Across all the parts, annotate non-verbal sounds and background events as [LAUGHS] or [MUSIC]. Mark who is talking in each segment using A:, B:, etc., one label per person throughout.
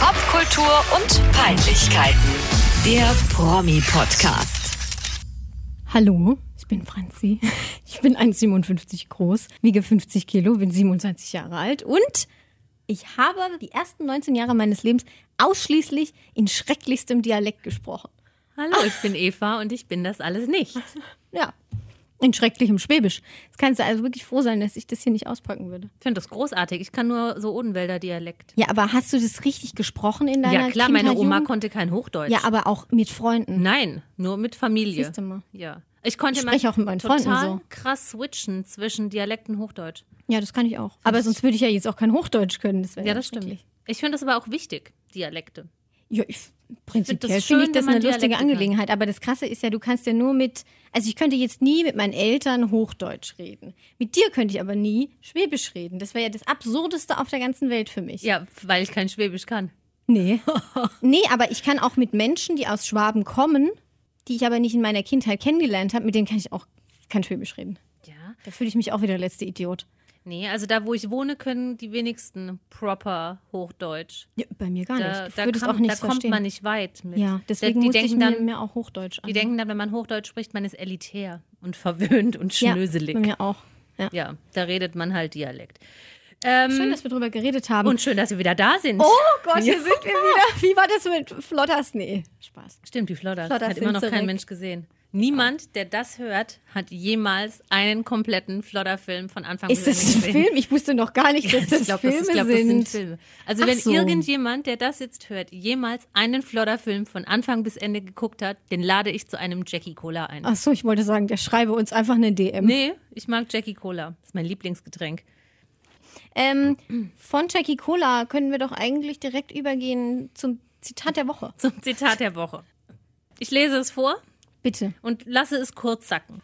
A: Popkultur und Peinlichkeiten. Der Promi-Podcast.
B: Hallo, ich bin Franzi. [LAUGHS] Ich bin 1,57 groß, wiege 50 Kilo, bin 27 Jahre alt und ich habe die ersten 19 Jahre meines Lebens ausschließlich in schrecklichstem Dialekt gesprochen.
C: Hallo, ich bin Eva und ich bin das alles nicht.
B: Ja, in schrecklichem Schwäbisch. Jetzt kannst du also wirklich froh sein, dass ich das hier nicht auspacken würde.
C: Ich finde das großartig. Ich kann nur so Odenwälder Dialekt.
B: Ja, aber hast du das richtig gesprochen in deiner
C: Ja, klar, meine
B: Kindheit,
C: Oma
B: Jugend?
C: konnte kein Hochdeutsch.
B: Ja, aber auch mit Freunden.
C: Nein, nur mit Familie.
B: Siehst du mal.
C: Ja. Ich konnte
B: Ich spreche auch mit meinen
C: total
B: Freunden so.
C: krass switchen zwischen Dialekt und Hochdeutsch.
B: Ja, das kann ich auch. Aber sonst würde ich ja jetzt auch kein Hochdeutsch können. Das wäre
C: Ja, das
B: schrecklich.
C: stimmt. Ich finde das aber auch wichtig, Dialekte.
B: Ja, ich, prinzipiell
C: das
B: finde
C: schön,
B: ich das
C: wenn man
B: eine lustige
C: Dialekte kann.
B: Angelegenheit. Aber das Krasse ist ja, du kannst ja nur mit, also ich könnte jetzt nie mit meinen Eltern Hochdeutsch reden. Mit dir könnte ich aber nie Schwäbisch reden. Das wäre ja das Absurdeste auf der ganzen Welt für mich.
C: Ja, weil ich kein Schwäbisch kann. [LAUGHS]
B: Nee. nee, aber ich kann auch mit Menschen, die aus Schwaben kommen, die ich aber nicht in meiner Kindheit kennengelernt habe, mit denen kann ich auch kein Schwäbisch reden.
C: Ja.
B: Da fühle ich mich auch wie der letzte Idiot.
C: Nee, also da, wo ich wohne, können die wenigsten proper Hochdeutsch.
B: Ja, bei mir gar
C: Da,
B: nicht.
C: da,
B: Du würdest
C: kam,
B: auch nicht
C: da kommt
B: verstehen.
C: man nicht weit mit.
B: ja, deswegen
C: die
B: musste ich
C: denken
B: mir
C: dann,
B: mehr auch Hochdeutsch an.
C: Die denken dann, wenn man Hochdeutsch spricht, man ist elitär und verwöhnt und schnöselig.
B: Ja, Mhm. bei mir auch. Ja.
C: Ja, da redet man halt Dialekt. Ähm,
B: Schön, dass wir drüber geredet haben.
C: und schön, dass wir wieder da sind.
B: oh Gott, hier sind wir wieder. Wie war das mit Flotters? Nee, Spaß.
C: Stimmt, die Flodders.
B: Flodders
C: hat immer
B: sind
C: noch
B: zurück. Genau.
C: kein Mensch gesehen. Niemand, der das hört, hat jemals einen kompletten Flodder-Film von Anfang
B: Ist
C: bis
B: das
C: Ende
B: ein
C: gesehen.
B: Film? Ich wusste noch gar nicht, dass das
C: ich glaube,
B: Filme
C: das, ich glaub, das
B: sind.
C: sind Filme. Also
B: Ach
C: wenn
B: so.
C: irgendjemand, der das jetzt hört, jemals einen Flodder-Film von Anfang bis Ende geguckt hat, den lade ich zu einem Jackie Cola ein.
B: Ach so, ich wollte sagen, der schreibe uns einfach eine DM.
C: Nee, ich mag Jackie Cola. Das ist mein Lieblingsgetränk.
B: Ähm, von Jackie Cola können wir doch eigentlich direkt übergehen zum Zitat der Woche.
C: Zum Zitat der Woche. Ich lese es vor
B: Bitte.
C: und lasse es kurz sacken.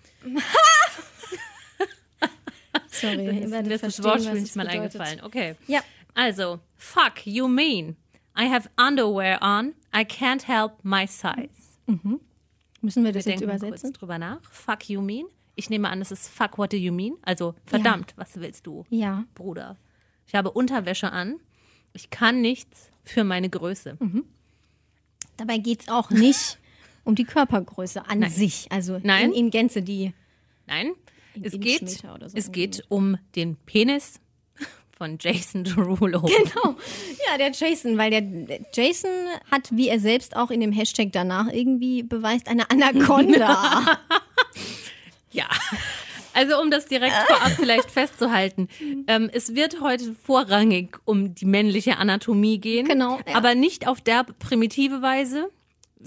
B: Sorry, ihr
C: Mir
B: werdet
C: ist das
B: verstehen,
C: Wort
B: was
C: schon
B: es
C: nicht mal
B: bedeutet.
C: eingefallen. Okay.
B: Ja.
C: Also, fuck, you mean. I have underwear on. I can't help my size.
B: Müssen wir das
C: Wir
B: jetzt
C: denken
B: übersetzen?
C: kurz drüber nach. Fuck, you mean. Ich nehme an, es ist fuck, what do you mean? Also, verdammt, was willst du,
B: Ja.
C: Bruder? Ich habe Unterwäsche an. Ich kann nichts für meine Größe.
B: Mhm. Dabei geht es auch
C: [LAUGHS]
B: nicht um die Körpergröße an sich, also
C: Nein.
B: In, in Gänze die.
C: Nein, es geht,
B: Inchmeter oder so
C: es geht um den Penis [LAUGHS] von Jason Derulo.
B: Genau. Ja, der Jason, weil der- der Jason hat, wie er selbst auch in dem Hashtag danach irgendwie beweist, eine Anaconda. [LAUGHS]
C: Ja. Also um das direkt
B: Ah.
C: vorab vielleicht festzuhalten, ähm, es wird heute vorrangig um die männliche Anatomie gehen,
B: Genau, ja.
C: aber nicht auf der primitive Weise. Wir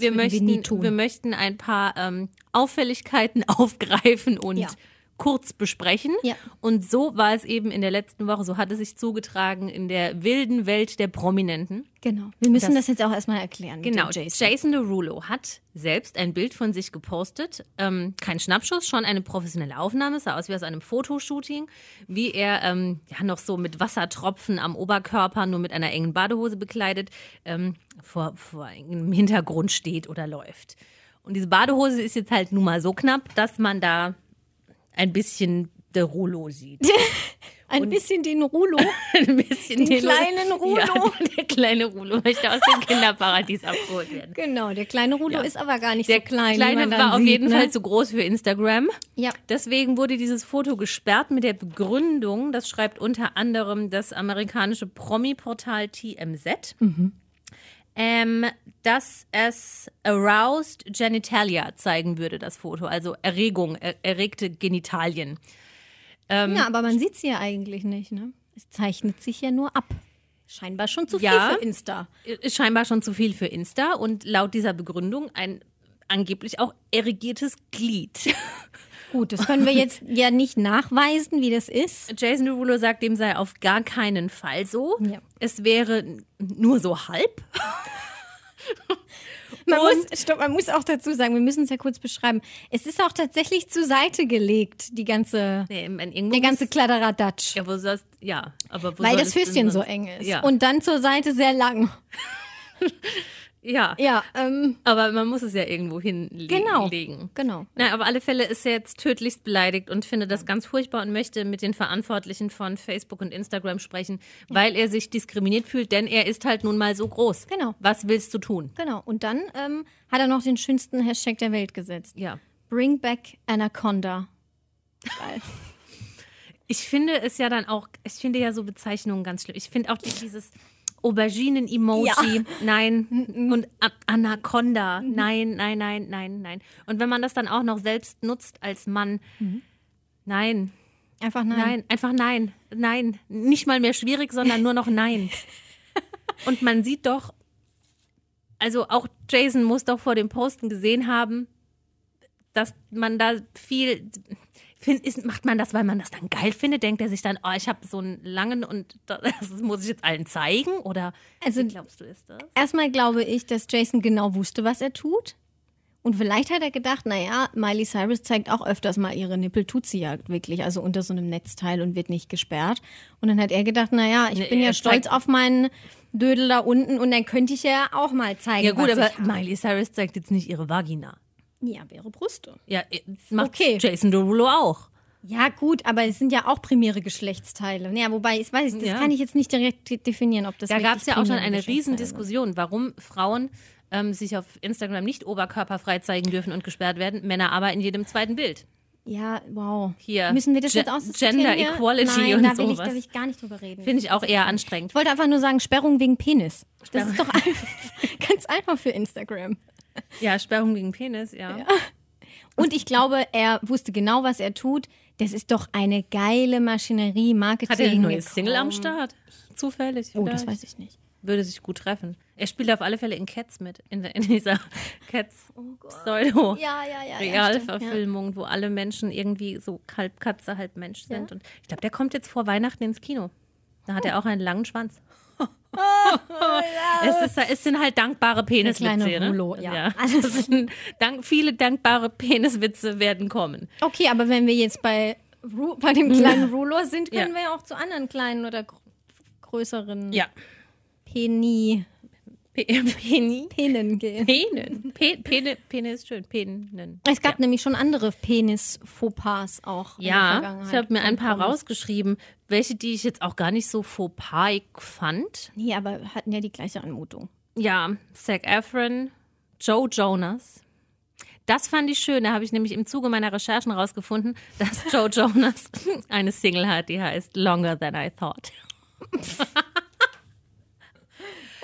B: würden wir
C: möchten,
B: nie
C: wir,
B: tun.
C: möchten ein paar ähm, Auffälligkeiten [LAUGHS] aufgreifen und
B: Ja.
C: kurz besprechen.
B: Ja.
C: Und so war es eben in der letzten Woche, so hat es sich zugetragen in der wilden Welt der Prominenten.
B: genau. Wir müssen das,
C: Das-
B: jetzt auch erstmal erklären.
C: Genau,
B: Mit dem Jason.
C: Jason. Derulo hat selbst ein Bild von sich gepostet. Ähm, kein Schnappschuss, schon eine professionelle Aufnahme. Sah aus wie aus einem Fotoshooting, wie er ähm, ja noch so mit Wassertropfen am Oberkörper, nur mit einer engen Badehose bekleidet, ähm, vor, vor einem Hintergrund steht oder läuft. Und diese Badehose ist jetzt halt nun mal so knapp, dass man da ein bisschen Derulo sieht. [LAUGHS]
B: Ein bisschen den Rulo. [LAUGHS]
C: Ein bisschen
B: Den kleinen Rulo.
C: Ja, [LAUGHS] der kleine Rulo möchte aus dem Kinderparadies abgeholt werden.
B: Genau, der kleine Rulo ist aber gar nicht
C: Der
B: so klein. wie
C: Kleine
B: man dann
C: war auf
B: sieht,
C: jeden
B: ne?
C: Fall zu groß für Instagram.
B: Ja.
C: Deswegen wurde dieses Foto gesperrt mit der Begründung, das schreibt unter anderem das amerikanische Promi-Portal TMZ,
B: Mhm.
C: ähm, dass es aroused genitalia zeigen würde, das Foto, also Erregung, er erregte Genitalien. Ähm,
B: Ja, aber man sieht sie ja eigentlich nicht, ne? Es zeichnet sich ja nur ab. Scheinbar schon zu
C: Ja.
B: viel für Insta.
C: Ist scheinbar schon zu viel für Insta und laut dieser Begründung ein angeblich auch erregiertes Glied.
B: Gut, das können wir jetzt ja nicht nachweisen, wie das ist.
C: Jason Derulo sagt, dem sei auf gar keinen Fall so.
B: Ja.
C: Es wäre n- nur so halb.
B: Man
C: Und-
B: muss, stopp, man muss auch dazu sagen, wir müssen es ja kurz beschreiben. Es ist auch tatsächlich zur Seite gelegt, die ganze,
C: Nee, in- in- irgendwo
B: der ganze
C: muss-
B: Kladderadatsch.
C: ja, wo sollst, ja, aber wo
B: weil
C: soll
B: das
C: es denn
B: Höschen so
C: sonst-
B: eng ist.
C: Ja.
B: Und dann zur Seite sehr lang.
C: Ja.
B: Ja, ähm,
C: Aber man muss es ja irgendwo hinlegen.
B: Genau.
C: Legen.
B: genau.
C: Na, auf alle Fälle ist er jetzt tödlichst beleidigt und finde das ganz furchtbar und möchte mit den Verantwortlichen von Facebook und Instagram sprechen, weil er sich diskriminiert fühlt, denn er ist halt nun mal so groß.
B: Genau.
C: Was willst du tun?
B: Genau. Und dann ähm, hat er noch den schönsten Hashtag der Welt gesetzt.
C: Ja.
B: Bring back Anaconda.
C: Ich finde es ja dann auch, ich finde ja so Bezeichnungen ganz schlimm. Ich finde auch die- dieses Auberginen-Emoji,
B: Ja.
C: nein. Und A Anaconda, nein, nein, nein, nein, nein. Und wenn man das dann auch noch selbst nutzt als Mann, nein,
B: Einfach nein.
C: Nein, einfach nein. Nein. Nicht mal mehr schwierig, sondern nur
B: [LAUGHS]
C: noch nein. Und man sieht doch, also auch Jason muss doch vor dem Posten gesehen haben, dass man da viel. Find, ist, macht man das, weil man das dann geil findet? Denkt er sich dann, oh, ich habe so einen langen und [LAUGHS] das muss ich jetzt allen zeigen? Oder
B: Also-
C: wie glaubst du, ist das?
B: Erstmal glaube ich, dass Jason genau wusste, was er tut. Und vielleicht hat er gedacht, naja, Miley Cyrus zeigt auch öfters mal ihre Nippel, tut sie ja wirklich, also unter so einem Netzteil und wird nicht gesperrt. Und dann hat er gedacht, naja, ich
C: Nee,
B: bin ja
C: er
B: stolz
C: zeigt-
B: auf meinen Dödel da unten und dann könnte ich ja auch mal zeigen,
C: Ja, gut,
B: was
C: aber
B: ich habe.
C: Miley Cyrus zeigt jetzt nicht ihre Vagina.
B: Ja, wäre Brüste.
C: Ja, macht
B: Okay.
C: Jason Derulo auch.
B: Ja, gut, aber es sind ja auch primäre Geschlechtsteile. Ja, wobei, ich weiß, ich, das
C: Ja.
B: kann ich jetzt nicht direkt de- definieren, ob das
C: Da
B: wirklich
C: gab es ja auch schon
B: primäre
C: eine
B: Geschlechtsteile
C: Riesendiskussion, warum Frauen ähm, sich auf Instagram nicht oberkörperfrei zeigen dürfen und gesperrt werden, Männer aber in jedem zweiten Bild.
B: sind. Ja, wow.
C: Hier,
B: Müssen wir das
C: Ge-
B: jetzt ausdiskutieren?
C: Gender
B: hier?
C: Equality
B: Nein,
C: und
B: da will Ich,
C: sowas.
B: da will ich gar nicht drüber reden.
C: Finde ich auch eher anstrengend.
B: Ich wollte einfach nur sagen, Sperrung wegen Penis. Das ist doch einfach, [LAUGHS] ganz einfach für Instagram.
C: Ja, Sperrung gegen Penis, ja.
B: Und ich glaube, er wusste genau, was er tut. Das ist doch eine geile Maschinerie, Marketing.
C: Hat er eine neue
B: gekommen.
C: Single am Start? Zufällig.
B: Oh,
C: vielleicht.
B: das weiß ich nicht.
C: Würde sich gut treffen. Er spielt auf alle Fälle in Cats mit, in, der- in dieser Oh Cats-Pseudo.
B: Ja, ja, ja.
C: Realverfilmung, wo alle Menschen irgendwie so halb Katze, halb Mensch sind. Und ich glaube, der kommt jetzt vor Weihnachten ins Kino. Da hat
B: Oh.
C: er auch einen
B: [LAUGHS]
C: langen Schwanz. es, ist, es sind halt dankbare
B: kleine
C: Peniswitze. Ne?
B: Rulo, ja.
C: Also [LAUGHS] es sind dank, viele dankbare Peniswitze werden kommen.
B: Okay, aber wenn wir jetzt bei, Ru bei
C: [LAUGHS]
B: dem kleinen Ruler sind, können wir ja auch zu anderen kleinen oder gr größeren
C: Ja.
B: Peni
C: Pe- Peni.
B: Penen gehen.
C: Penen. Pe Pene, Pene ist schön. Penen.
B: Es gab nämlich schon andere Penis-Fauxpas auch. in der
C: Ja,
B: Vergangenheit
C: ich habe mir
B: von
C: ein paar
B: Promis.
C: rausgeschrieben, welche, die ich jetzt auch gar nicht so fauxpaig fand.
B: Nee, aber hatten ja die gleiche Anmutung.
C: Ja, Zac Efron, Joe Jonas. Das fand ich schön. Da habe ich nämlich im Zuge meiner Recherchen rausgefunden, [LAUGHS] dass Joe Jonas [LAUGHS] eine Single hat, die heißt Longer Than I Thought.
B: Das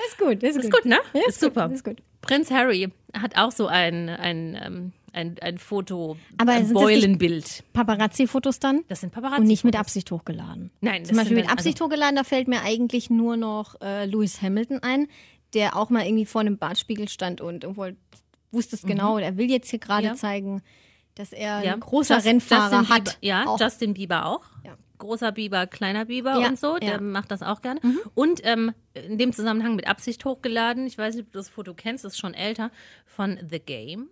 B: ist gut, das
C: Ist gut, ne?
B: Ja,
C: ist super.
B: Ist gut.
C: Prinz Harry hat auch so ein, ein, ähm, ein, ein Foto,
B: Aber
C: ein
B: sind das nicht-
C: Beulenbild.
B: Paparazzi-Fotos dann?
C: Das sind Paparazzi.
B: Und nicht mit Absicht hochgeladen.
C: Nein,
B: Zum Beispiel
C: das sind
B: mit
C: dann- also
B: Absicht hochgeladen, da fällt mir eigentlich nur noch äh, Lewis Hamilton ein, der auch mal irgendwie vor einem Badspiegel stand und wollte, wusste es genau und er will jetzt hier gerade
C: Mhm. Ja.
B: zeigen, dass er
C: Ja.
B: ein großer
C: Just-
B: Rennfahrer
C: Justin
B: hat.
C: Bieber, ja,
B: auch.
C: Justin Bieber auch.
B: Ja.
C: Großer Bieber, kleiner Bieber
B: Ja,
C: und so, der
B: ja. Mhm.
C: macht das auch gerne. Und ähm, in dem Zusammenhang mit Absicht hochgeladen, ich weiß nicht, ob du das Foto kennst, das ist schon älter, von The Game.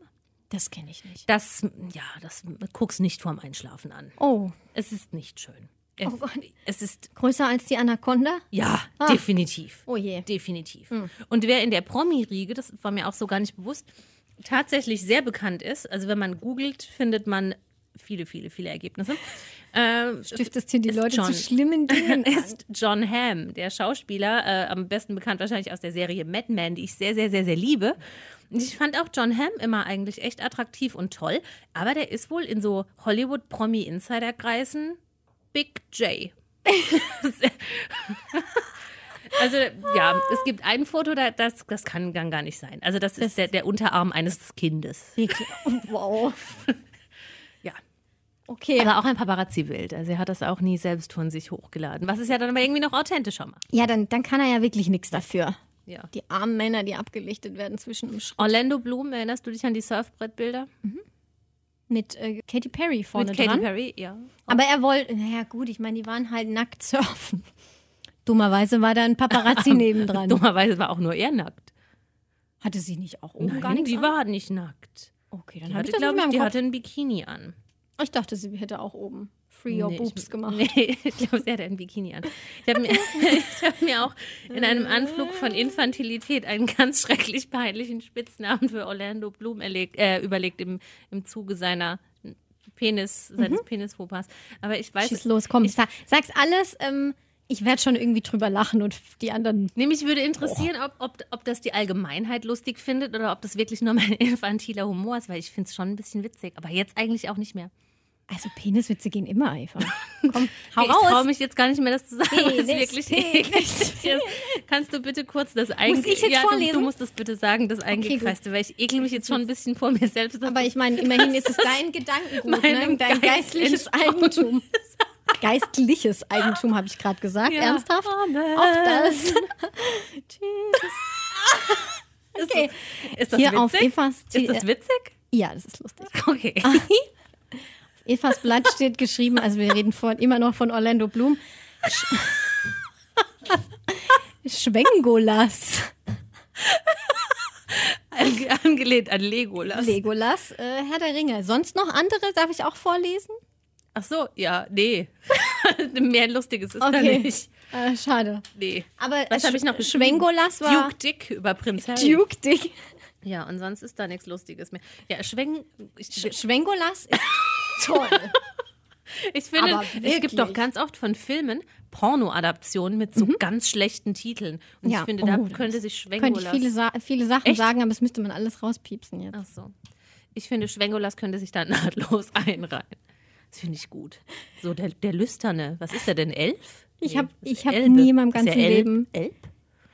B: das kenne ich nicht.
C: Das, ja, das guck's nicht vorm Einschlafen an.
B: Oh,
C: Es ist nicht schön. Es,
B: Oh Gott. Ah.
C: es ist,
B: größer als die Anaconda?
C: ja, definitiv.
B: Oh je.
C: Definitiv. Und wer in der Promi-Riege, das war mir auch so gar nicht bewusst, tatsächlich sehr bekannt ist, also wenn man googelt, findet man viele, viele, viele Ergebnisse. Ähm,
B: Stiftest hier die
C: ist
B: Leute
C: John-
B: zu
C: [LAUGHS]
B: schlimmen Dingen an.
C: ist John Hamm, der Schauspieler, äh, am besten bekannt wahrscheinlich aus der Serie Mad Men, die ich sehr, sehr, sehr, sehr liebe. Und ich fand auch John Hamm immer eigentlich echt attraktiv und toll, aber der ist wohl in so Hollywood-Promi-Insider-Kreisen Big J. [LAUGHS] also ja, es gibt ein Foto, da, das, das kann gar gar nicht sein. Also das ist der, der Unterarm eines Kindes.
B: Wirklich. Oh, [LAUGHS] wow.
C: [LAUGHS] Ja.
B: Okay.
C: Aber auch ein Paparazzi-Bild. Also er hat das auch nie selbst von sich hochgeladen, was es ja dann aber irgendwie noch authentischer macht.
B: ja, dann, dann kann er ja wirklich nichts dafür.
C: Ja.
B: Die armen Männer, die abgelichtet werden zwischen dem Schrank.
C: Orlando Bloom, erinnerst du dich an die Surfbrettbilder?
B: Mit äh, Katy Perry vorne
C: Mit Katy
B: dran.
C: Perry, ja.
B: Aber er wollte, naja gut, ich meine, die waren halt nackt surfen. [LAUGHS] Dummerweise war da ein
C: [LAUGHS]
B: Paparazzi nebendran.
C: Dummerweise war auch nur er nackt.
B: Hatte sie nicht auch oben
C: Nein,
B: gar nichts
C: die
B: an?
C: war nicht nackt.
B: Okay,
C: Die
B: dann habe
C: hatte,
B: ich das nicht
C: glaube
B: mehr
C: ich,
B: im
C: die
B: Kopf.
C: hatte ein Bikini an. [LAUGHS]
B: Ich dachte, sie hätte auch oben. Free Your
C: Nee,
B: Boobs
C: ich,
B: gemacht.
C: Nee, ich glaube, sie hatte ein Bikini an. Ich habe mir, [LAUGHS] ich hab mir auch in einem Anflug von Infantilität einen ganz schrecklich peinlichen Spitznamen für Orlando Bloom erlegt, äh, überlegt im, im Zuge seiner Penis, seines mhm. Aber ich weiß,
B: Schieß los, komm, sa- sag's alles. Ähm, ich werde schon irgendwie drüber lachen und f- die anderen.
C: Nämlich würde interessieren, ob, ob, ob das die Allgemeinheit lustig findet oder ob das wirklich nur mein [LAUGHS] infantiler Humor ist, weil ich finde es schon ein bisschen witzig, aber jetzt eigentlich auch nicht mehr.
B: Also Peniswitze gehen immer, Eva. Komm, hau
C: ich traue
B: raus.
C: mich jetzt gar nicht mehr, [LAUGHS] das zu sagen, was
B: Penis,
C: wirklich [LAUGHS]
B: Penis,
C: eklig ist. Kannst du bitte kurz das einge-
B: ich jetzt
C: ja, Du,
B: vorlesen?
C: du musst das bitte sagen, das Eingekreiste, weil ich ekel mich jetzt schon ein bisschen vor mir selbst.
B: Aber ich meine, immerhin ist es dein Gedankengut, ne?
C: meinem
B: dein
C: Geist
B: geistliches Eigentum. [LAUGHS] Geistliches Eigentum, habe ich gerade gesagt.
C: [LAUGHS] Ja. Ah.
B: Ernsthaft?
C: Amen.
B: Auch [LAUGHS] das.
C: Ist
B: okay.
C: das, ist das
B: Hier auf
C: witzig?
B: Evas T-
C: ist das witzig?
B: Ja, das ist lustig.
C: Okay.
B: Evas Blatt steht geschrieben, also wir reden von, immer noch von Orlando Bloom. Sch Schwengolas.
C: [LAUGHS] Ange angelehnt an Legolas.
B: Legolas, äh, Herr der Ringe. Sonst noch andere, darf ich auch vorlesen?
C: Ach so, ja, nee. [LAUGHS] Mehr lustiges ist da nicht.
B: Äh, schade.
C: Nee.
B: Aber
C: Was
B: Sch-
C: habe ich noch geschrieben?
B: Schwengolas war
C: Duke Dick über Prinz Harry.
B: Duke Dick.
C: Ja, und sonst ist da nichts Lustiges mehr. Ja, Schwenk. Ich,
B: Sch Schwengolas ist toll.
C: ich finde,
B: aber
C: es gibt
B: wirklich. Mhm.
C: doch ganz oft von Filmen Porno-Adaptionen mit so ganz schlechten Titeln. Und
B: Ja,
C: ich finde,
B: oh,
C: da
B: das
C: könnte sich
B: Könnte ich
C: Schwengolas.
B: viele, Sa viele Sachen
C: Echt? Ah.
B: sagen, aber das müsste man alles rauspiepsen jetzt.
C: Ach so. Ich finde, Schwengolas könnte sich da [LAUGHS] nahtlos einreihen. Das finde ich gut. So, der, der Lüsterne. Was ist er denn? Elf?
B: Ich
C: Nee,
B: hab-
C: ist
B: ich hab
C: Elbe.
B: nie in meinem
C: Ist er
B: ganzen
C: Elb-
B: Leben-
C: Elb?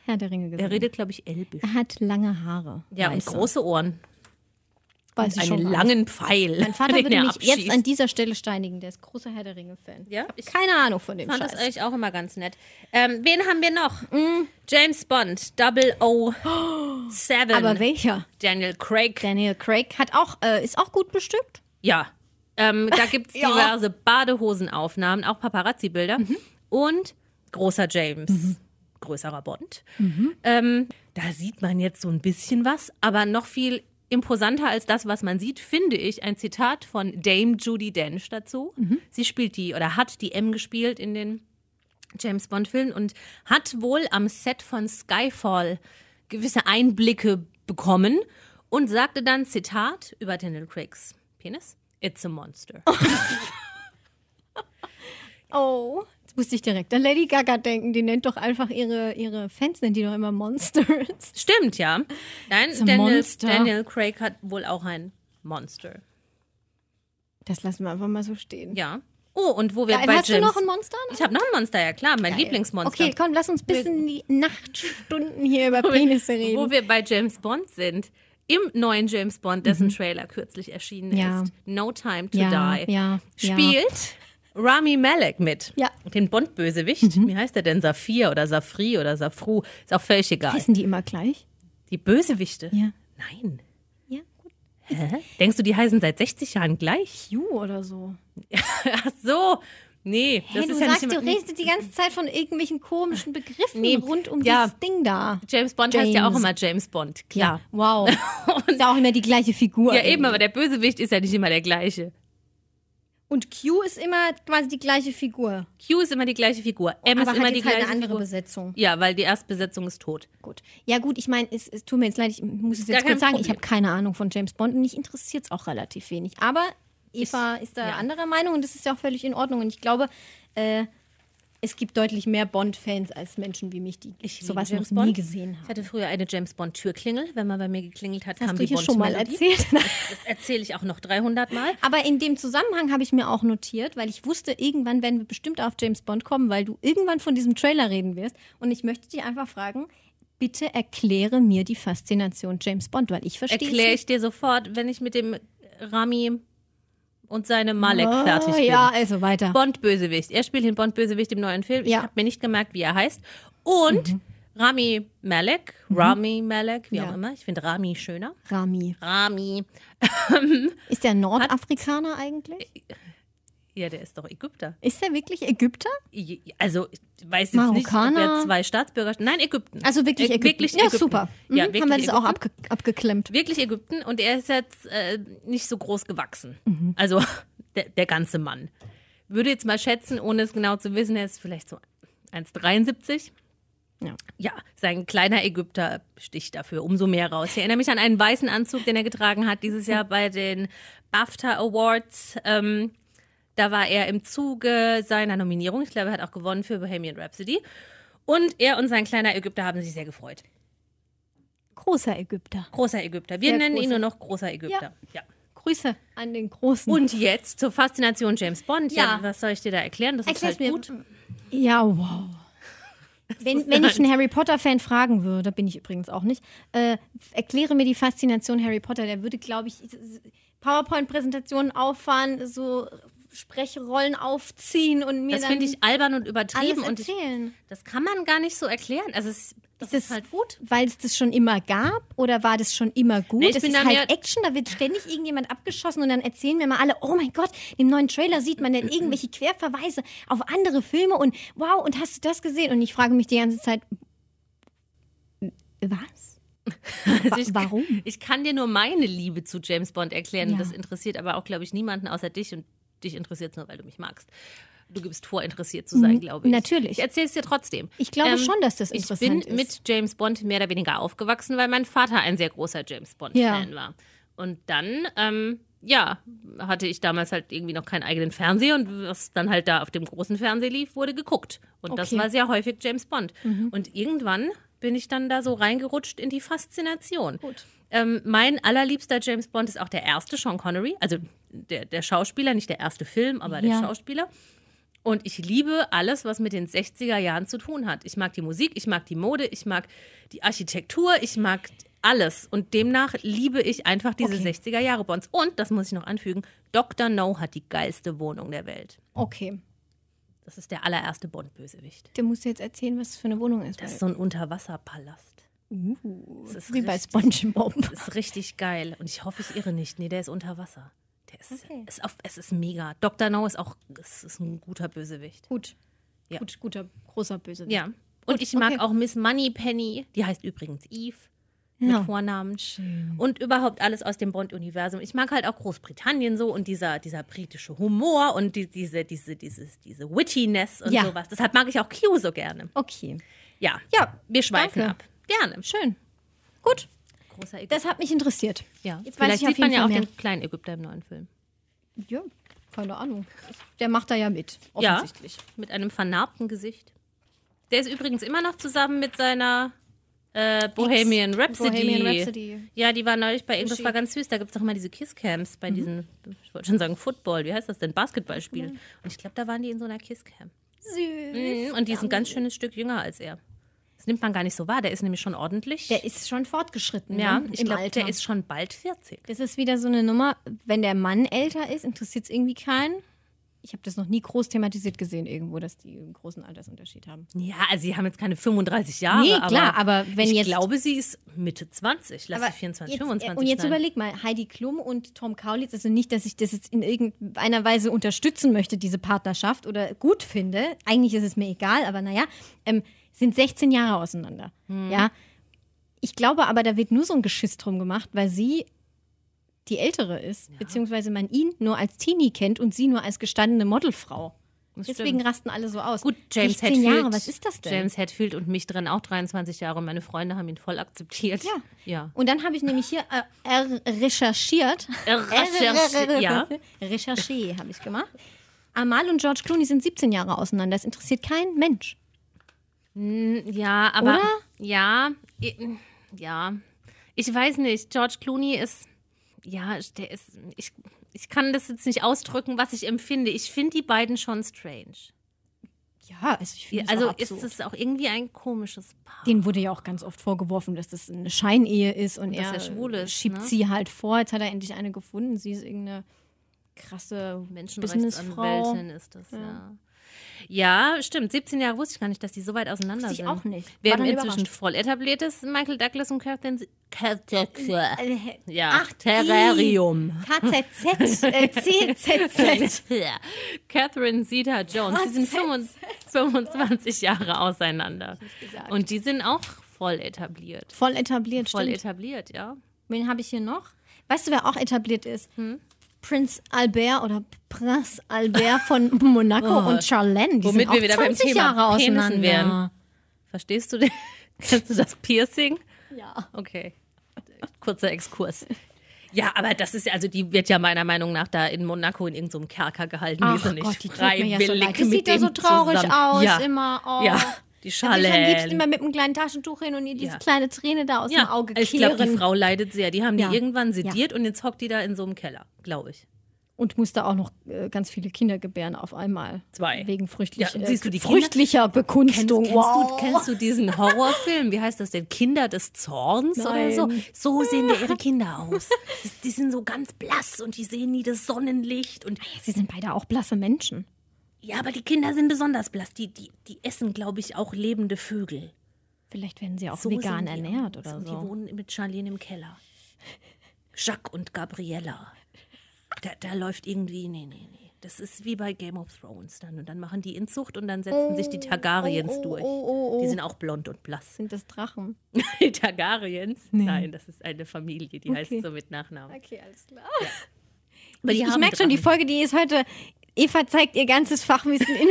B: Herr der Ringe gesagt.
C: Er redet, glaube ich, Elbisch.
B: Er hat lange Haare.
C: Ja, und
B: Weiße.
C: große Ohren.
B: Weiß ich
C: Einen
B: schon gar
C: langen Pfeil.
B: Mein Vater
C: [LAUGHS] den
B: würde
C: er
B: mich jetzt
C: abschießt.
B: an dieser Stelle steinigen. Der ist großer Herr der Ringe-Fan.
C: Ja,
B: ich
C: ich
B: habe keine Ahnung von dem
C: fand das
B: Scheiß. Mhm.
C: eigentlich auch immer ganz nett. Ähm, wen haben wir noch? James Bond, 007.
B: Aber welcher?
C: Daniel Craig.
B: Daniel Craig hat auch, äh, ist auch gut bestückt.
C: ja. Ähm, da gibt
B: [LAUGHS]
C: es
B: Ja. Mhm.
C: diverse Badehosenaufnahmen, auch Paparazzi-Bilder. Und großer James, größerer Bond.
B: Mhm.
C: Ähm, da sieht man jetzt so ein bisschen was, aber noch viel imposanter als das, was man sieht, finde ich ein Zitat von Dame Judy Dench dazu.
B: Mhm.
C: Sie spielt die oder hat die M gespielt in den James Bond-Film und hat wohl am Set von Skyfall gewisse Einblicke bekommen und sagte dann, Zitat über Daniel Craigs Penis, It's a monster.
B: Oh. Jetzt musste ich direkt an Lady Gaga denken. Die nennt doch einfach ihre, ihre Fans, nennt die doch immer Monsters. [LAUGHS]
C: Stimmt, ja. Nein,
B: a
C: Daniel,
B: monster.
C: Daniel Craig hat wohl auch ein Monster.
B: Das lassen wir einfach mal so stehen.
C: Ja. Oh, und wo wir
B: Geil.
C: bei
B: Hast
C: James...
B: du noch ein Monster?
C: ich habe noch ein Monster, ja klar, mein Lieblingsmonster.
B: Okay, komm, lass uns bis in die Nachtstunden hier über Penisse
C: [LAUGHS] Wo
B: reden.
C: wir bei James Bond sind, im neuen James Bond, dessen Trailer kürzlich erschienen
B: Mhm. Ja.
C: ist, No Time to
B: Ja,
C: Die,
B: ja, ja.
C: spielt Rami Malek mit.
B: Ja. Mhm.
C: Den Bond-Bösewicht. Wie heißt er denn? Saphir oder Safri oder Safru? Ist auch völlig egal.
B: Heißen die immer gleich?
C: Die Bösewichte?
B: Ja.
C: Nein.
B: Ja, gut.
C: Hä? Denkst du, die heißen seit 60 Jahren gleich?
B: You oder so.
C: Ach so. Nee,
B: Hey,
C: das
B: du
C: ist ja
B: sagst,
C: nicht
B: du
C: immer,
B: redest die ganze Zeit von irgendwelchen komischen Begriffen
C: Nee,
B: rund um
C: ja.
B: dieses Ding da.
C: James Bond heißt ja auch
B: James.
C: immer James Bond, klar. [LAUGHS]
B: Wow. ist ja auch immer die gleiche Figur.
C: ja eben, aber der Bösewicht ist ja nicht immer der gleiche.
B: Und Q ist immer quasi die gleiche Figur.
C: Q ist immer die gleiche Figur. M
B: aber
C: ist
B: hat
C: immer
B: jetzt
C: die
B: halt
C: gleiche
B: eine andere
C: Figur.
B: Besetzung.
C: Ja, weil die Erstbesetzung ist tot.
B: Gut. Ja, gut, ich meine, es, es tut mir jetzt leid, ich muss es
C: gar
B: jetzt
C: kein
B: kurz sagen, ich
C: Problem.
B: habe keine Ahnung von James Bond und mich interessiert es auch relativ wenig. Aber Eva ist da
C: ja.
B: anderer Meinung und das ist ja auch völlig in Ordnung. Und ich glaube, äh, es gibt deutlich mehr Bond-Fans als Menschen wie mich, die
C: Ich liebe
B: sowas
C: James
B: noch nie
C: Bond.
B: gesehen
C: Ich
B: haben.
C: hatte früher eine James Bond Türklingel. Wenn man bei mir geklingelt hat, kam
B: Hast du
C: die
B: hier
C: Bond
B: schon mal
C: Melodie.
B: erzählt?
C: [LAUGHS]
B: [LAUGHS]
C: Das erzähle ich auch noch 300 Mal.
B: Aber in dem Zusammenhang habe ich mir auch notiert, weil ich wusste, irgendwann werden wir bestimmt auf James Bond kommen, weil du irgendwann von diesem Trailer reden wirst. Und ich möchte dich einfach fragen, bitte erkläre mir die Faszination James Bond, weil ich verstehe
C: Erkläre
B: es
C: ich dir sofort, wenn ich mit dem Rami und seinem Malek
B: nicht.
C: fertig
B: oh,
C: bin.
B: Ja, also weiter.
C: Bond-Bösewicht. Er spielt den Bond-Bösewicht im neuen
B: Ja.
C: Film.
B: Mhm.
C: Ich habe mir nicht gemerkt, wie er heißt. Und Rami Malek, Rami Malek, wie
B: Ja.
C: auch immer. Ich finde Rami schöner.
B: Rami.
C: Rami.
B: Ist der Nordafrikaner eigentlich?
C: Ja, der ist doch Ägypter.
B: Ist der wirklich Ägypter?
C: I- Also, ich weiß jetzt nicht, ob
B: Marokkaner?
C: er zwei Staatsbürger... Nein, Ägypten.
B: Also wirklich
C: Ä-
B: Ägypter.
C: Äh, Wirklich
B: ja,
C: Ägypten.
B: super. Mhm,
C: Ja,
B: haben
C: wirklich
B: wir das auch
C: Ägypten.
B: abge abgeklemmt.
C: Wirklich Ägypten.
B: Mhm.
C: [LAUGHS] Und er ist jetzt äh, nicht so groß gewachsen. Also, der, der ganze Mann. würde jetzt mal schätzen, ohne es genau zu wissen, er ist vielleicht so 1,73.
B: Ja.
C: Ja, sein kleiner Ägypter sticht dafür umso mehr raus. Ich erinnere mich an einen weißen Anzug, den er getragen hat dieses Jahr bei den BAFTA Awards. Ähm, da war er im Zuge seiner Nominierung. Ich glaube, er hat auch gewonnen für Bohemian Rhapsody. Und er und sein kleiner Ägypter haben sich sehr gefreut.
B: Großer Ägypter.
C: Großer Ägypter. Wir
B: Sehr
C: nennen ihn
B: großer.
C: nur noch großer Ägypter. Ja.
B: Grüße an den großen.
C: Und jetzt zur Faszination James Bond. Ja.
B: Ja.
C: was soll ich dir da erklären? Das
B: Erklär's
C: ist halt gut.
B: Ja, wow. Wenn, wenn ich einen Harry Potter-Fan fragen würde, bin ich übrigens auch nicht, äh, erkläre mir die Faszination Harry Potter. Der würde, glaube ich, PowerPoint-Präsentationen auffahren, so Sprechrollen aufziehen und mir
C: Das
B: dann
C: finde ich albern und
B: alles
C: übertrieben. Und ich,
B: erzählen.
C: das kann man gar nicht so erklären. Also es, das ist,
B: das-
C: halt gut.
B: Weil es das schon immer gab oder war das schon immer gut?
C: Nee, ich
B: das
C: bin
B: ist
C: da
B: halt
C: mehr-
B: Action, da wird ständig irgendjemand abgeschossen und dann erzählen mir mal alle, oh mein Gott, im neuen Trailer sieht man dann irgendwelche Querverweise auf andere Filme und wow, und hast du das gesehen? Und ich frage mich die ganze Zeit, was?
C: [LAUGHS] Also
B: Wa-
C: ich,
B: warum?
C: Ich kann dir nur meine Liebe zu James Bond erklären.
B: Ja.
C: Das interessiert aber auch, glaube ich, niemanden außer dich. Und dich interessiert es nur, weil du mich magst. Du gibst vor, interessiert zu sein, glaube ich.
B: natürlich.
C: Ich erzähle es dir trotzdem.
B: Ich glaube schon, dass das
C: Ähm, Ich bin
B: interessant ist.
C: mit James Bond mehr oder weniger aufgewachsen, weil mein Vater ein sehr großer James Bond-Fan war. Und dann, ähm, ja, hatte ich damals halt irgendwie noch keinen eigenen Fernseher und was dann halt da auf dem großen Fernseher lief, wurde geguckt. Und das
B: Okay. Mhm.
C: war sehr häufig James Bond. Und irgendwann bin ich dann da so reingerutscht in die Faszination.
B: Gut.
C: Ähm, mein allerliebster James Bond ist auch der erste Sean Connery, also der, der Schauspieler, nicht der erste Film, aber
B: Ja.
C: der Schauspieler. Und ich liebe alles, was mit den 60er Jahren zu tun hat. Ich mag die Musik, ich mag die Mode, ich mag die Architektur, ich mag alles. Und demnach liebe ich einfach diese
B: Okay.
C: 60er Jahre Bonds. Und, das muss ich noch anfügen, Dr. No hat die geilste Wohnung der Welt.
B: Okay,
C: Das ist der allererste Bond-Bösewicht.
B: der muss jetzt erzählen, was es für eine Wohnung ist.
C: Das ist so ein Unterwasserpalast.
B: uh,
C: das ist
B: wie bei
C: richtig-
B: SpongeBob.
C: Das ist richtig geil. Und ich hoffe, ich irre nicht. Nee, der ist unter Wasser. Der ist,
B: Okay.
C: ist auf, es ist mega. Dr. No ist auch es ist ein guter Bösewicht.
B: Gut.
C: Ja.
B: Gut, guter, großer Bösewicht.
C: Ja. Und ich mag
B: okay.
C: auch Miss Moneypenny. Die heißt übrigens Eve.
B: Ja.
C: Mit Vornamen. Und überhaupt alles aus dem Bond-Universum. Ich mag halt auch Großbritannien so und dieser, dieser britische Humor und die, diese, diese, dieses, diese Wittiness und
B: Ja.
C: sowas. Deshalb mag ich auch Q so gerne.
B: Okay,
C: Ja.
B: Ja,
C: Wir schweifen
B: danke.
C: ab. Gerne.
B: schön. Gut,
C: Großer Ägypter.
B: das hat mich interessiert.
C: ja.
B: jetzt weiß
C: Vielleicht
B: ich auf
C: sieht man
B: jeden
C: ja auch
B: Fall mehr.
C: den kleinen Ägypter im neuen Film.
B: Ja, keine Ahnung. Der macht da ja mit, offensichtlich.
C: Ja, mit einem vernarbten Gesicht. Der ist übrigens immer noch zusammen mit seiner äh, Bohemian, Rhapsody.
B: Bohemian Rhapsody.
C: Ja, die war neulich bei irgendwas,
B: Regie.
C: war ganz süß. Da gibt es doch immer diese Kisscams bei diesen, ich wollte schon sagen Football, wie heißt das denn? Basketballspielen. Und ich glaube, da waren die in so einer Kisscam.
B: Süß.
C: Mhm. Und die ist ein ganz schönes Stück jünger als er. Das nimmt man gar nicht so wahr. Der ist nämlich schon ordentlich.
B: Der ist schon fortgeschritten
C: ja,
B: ne?
C: ich
B: im
C: glaube,
B: Alter.
C: der ist schon bald 40.
B: das ist wieder so eine Nummer, wenn der Mann älter ist, interessiert es irgendwie keinen. Ich habe das noch nie groß thematisiert gesehen irgendwo, dass die einen großen Altersunterschied haben.
C: Ja, also sie haben jetzt keine 35 Jahre.
B: Nee, klar, aber wenn
C: ich
B: jetzt-
C: glaube, sie ist Mitte 20. Lass
B: Aber
C: sie 24,
B: jetzt, äh,
C: 25
B: und jetzt
C: sein.
B: überleg mal, Heidi Klum und Tom Kaulitz, also nicht, dass ich das jetzt in irgendeiner Weise unterstützen möchte, diese Partnerschaft oder gut finde, eigentlich ist es mir egal, aber naja, ähm, sind 16 Jahre auseinander.
C: Hm.
B: Ja. Ich glaube aber, da wird nur so ein Geschiss drum gemacht, weil sie die Ältere ist, beziehungsweise man ihn nur als Teenie kennt und sie nur als gestandene Modelfrau.
C: Das
B: Deswegen
C: stimmt.
B: rasten alle so aus.
C: Gut, James
B: 16
C: Hetfield.
B: Jahre, was ist das denn?
C: James Hetfield und mich drin auch 23 Jahre und meine Freunde haben ihn voll akzeptiert.
B: Ja.
C: Ja.
B: Und dann habe ich nämlich hier äh, er- recherchiert.
C: Äh, Recherche- ja.
B: Recherche habe ich gemacht. Amal und George Clooney sind 17 Jahre auseinander. Das interessiert kein Mensch.
C: Ja, aber.
B: Oder?
C: Ja. i- Ja. Ich weiß nicht. George Clooney ist. Ja, der ist. Ich, ich kann das jetzt nicht ausdrücken, was ich empfinde. Ich finde die beiden schon strange.
B: Ja, also ich finde
C: also
B: ist
C: ist es auch irgendwie ein komisches Paar.
B: Den wurde ja auch ganz oft vorgeworfen, dass das eine Scheinehe ist und,
C: dass
B: er,
C: er schwul ist,
B: schiebt
C: ne?
B: sie halt vor. Jetzt hat er endlich eine gefunden. Sie ist irgendeine krasse Businessfrau.
C: Menschenrechtsanwältin ist das, ja. ja. stimmt. 17 Jahre wusste ich gar nicht, dass die so weit auseinander
B: Wusste ich
C: sind.
B: auch nicht.
C: Wir
B: War
C: haben
B: dann
C: inzwischen
B: überrascht.
C: voll etabliert ist, Michael Douglas und Catherine. Catherine.
B: Äh,
C: Ja,
B: Ach, die. Äh,
C: Terrarium.
B: KZZ, äh, [LAUGHS] CZZ.
C: Catherine Zeta Jones. Die sind
B: Was?
C: 25 25 Jahre auseinander.
B: gesagt.
C: Und die sind auch voll etabliert.
B: Voll etabliert,
C: Voll
B: stimmt.
C: etabliert, ja. Hm?
B: Wen habe ich hier noch? Weißt du, wer auch etabliert ist? Prinz Albert oder Prinz Albert
C: [LAUGHS]
B: von Monaco
C: Oh.
B: und Charlene. Die sind
C: Womit wir
B: auch
C: wieder beim
B: 20
C: Thema
B: Jahre
C: Penissen
B: auseinander.
C: wären. Verstehst du den? [LAUGHS] Kennst du das Piercing?
B: Ja.
C: Okay. Kurzer Exkurs. Ja, aber das ist ja, also die wird ja meiner Meinung nach da in Monaco in irgendeinem Kerker gehalten. die ist ja
B: Ach
C: nicht
B: Gott, die tut mir
C: freiwillig
B: ja so leid. Die
C: mit
B: sieht ja
C: dem
B: so traurig
C: zusammen.
B: aus
C: ja.
B: immer. Oh.
C: Ja, die
B: Da will ich am liebsten
C: Schale.
B: immer mit einem kleinen Taschentuch hin und ihr diese
C: Ja.
B: kleine Träne da aus dem
C: Ja, also
B: Auge
C: ich glaube, die
B: kehren.
C: Frau leidet sehr. Die haben die
B: Ja.
C: irgendwann sediert und jetzt hockt die da in so einem Keller, glaube ich.
B: Und musste auch noch äh, ganz viele Kinder gebären auf einmal.
C: Zwei.
B: Wegen früchtlich,
C: Ja, siehst du, die
B: äh, früchtlicher Bekunstung.
C: Kennst,
B: wow.
C: du, kennst du diesen Horrorfilm? Wie heißt das denn? Kinder des Zorns oder so?
B: Nein.
C: So sehen ja ihre Kinder aus. Das- Die sind so ganz blass und die sehen nie das Sonnenlicht. Und
B: Sie sind beide auch blasse Menschen.
C: ja, aber die Kinder sind besonders blass. Die, die, die essen, glaube ich, auch lebende Vögel.
B: Vielleicht werden sie auch
C: So
B: vegan
C: sind die
B: ernährt
C: aus.
B: oder
C: Und Die
B: so.
C: wohnen mit Charlene im Keller. Jacques und Gabriella. Da, da läuft irgendwie, nee, nee, nee. Das ist wie bei Game of Thrones dann. Und dann machen die Inzucht und dann setzen sich die Targaryens
B: oh,
C: durch.
B: oh, oh, oh.
C: Die sind auch blond und blass.
B: Sind das Drachen?
C: [LAUGHS] Die Targaryens? Nein, das ist eine Familie, die
B: Okay.
C: heißt so mit Nachnamen.
B: Okay, alles klar. [LAUGHS]
C: Aber die
B: ich
C: haben
B: merke schon, die
C: Drachen.
B: Folge, die ist heute. Eva zeigt ihr ganzes Fachwissen in,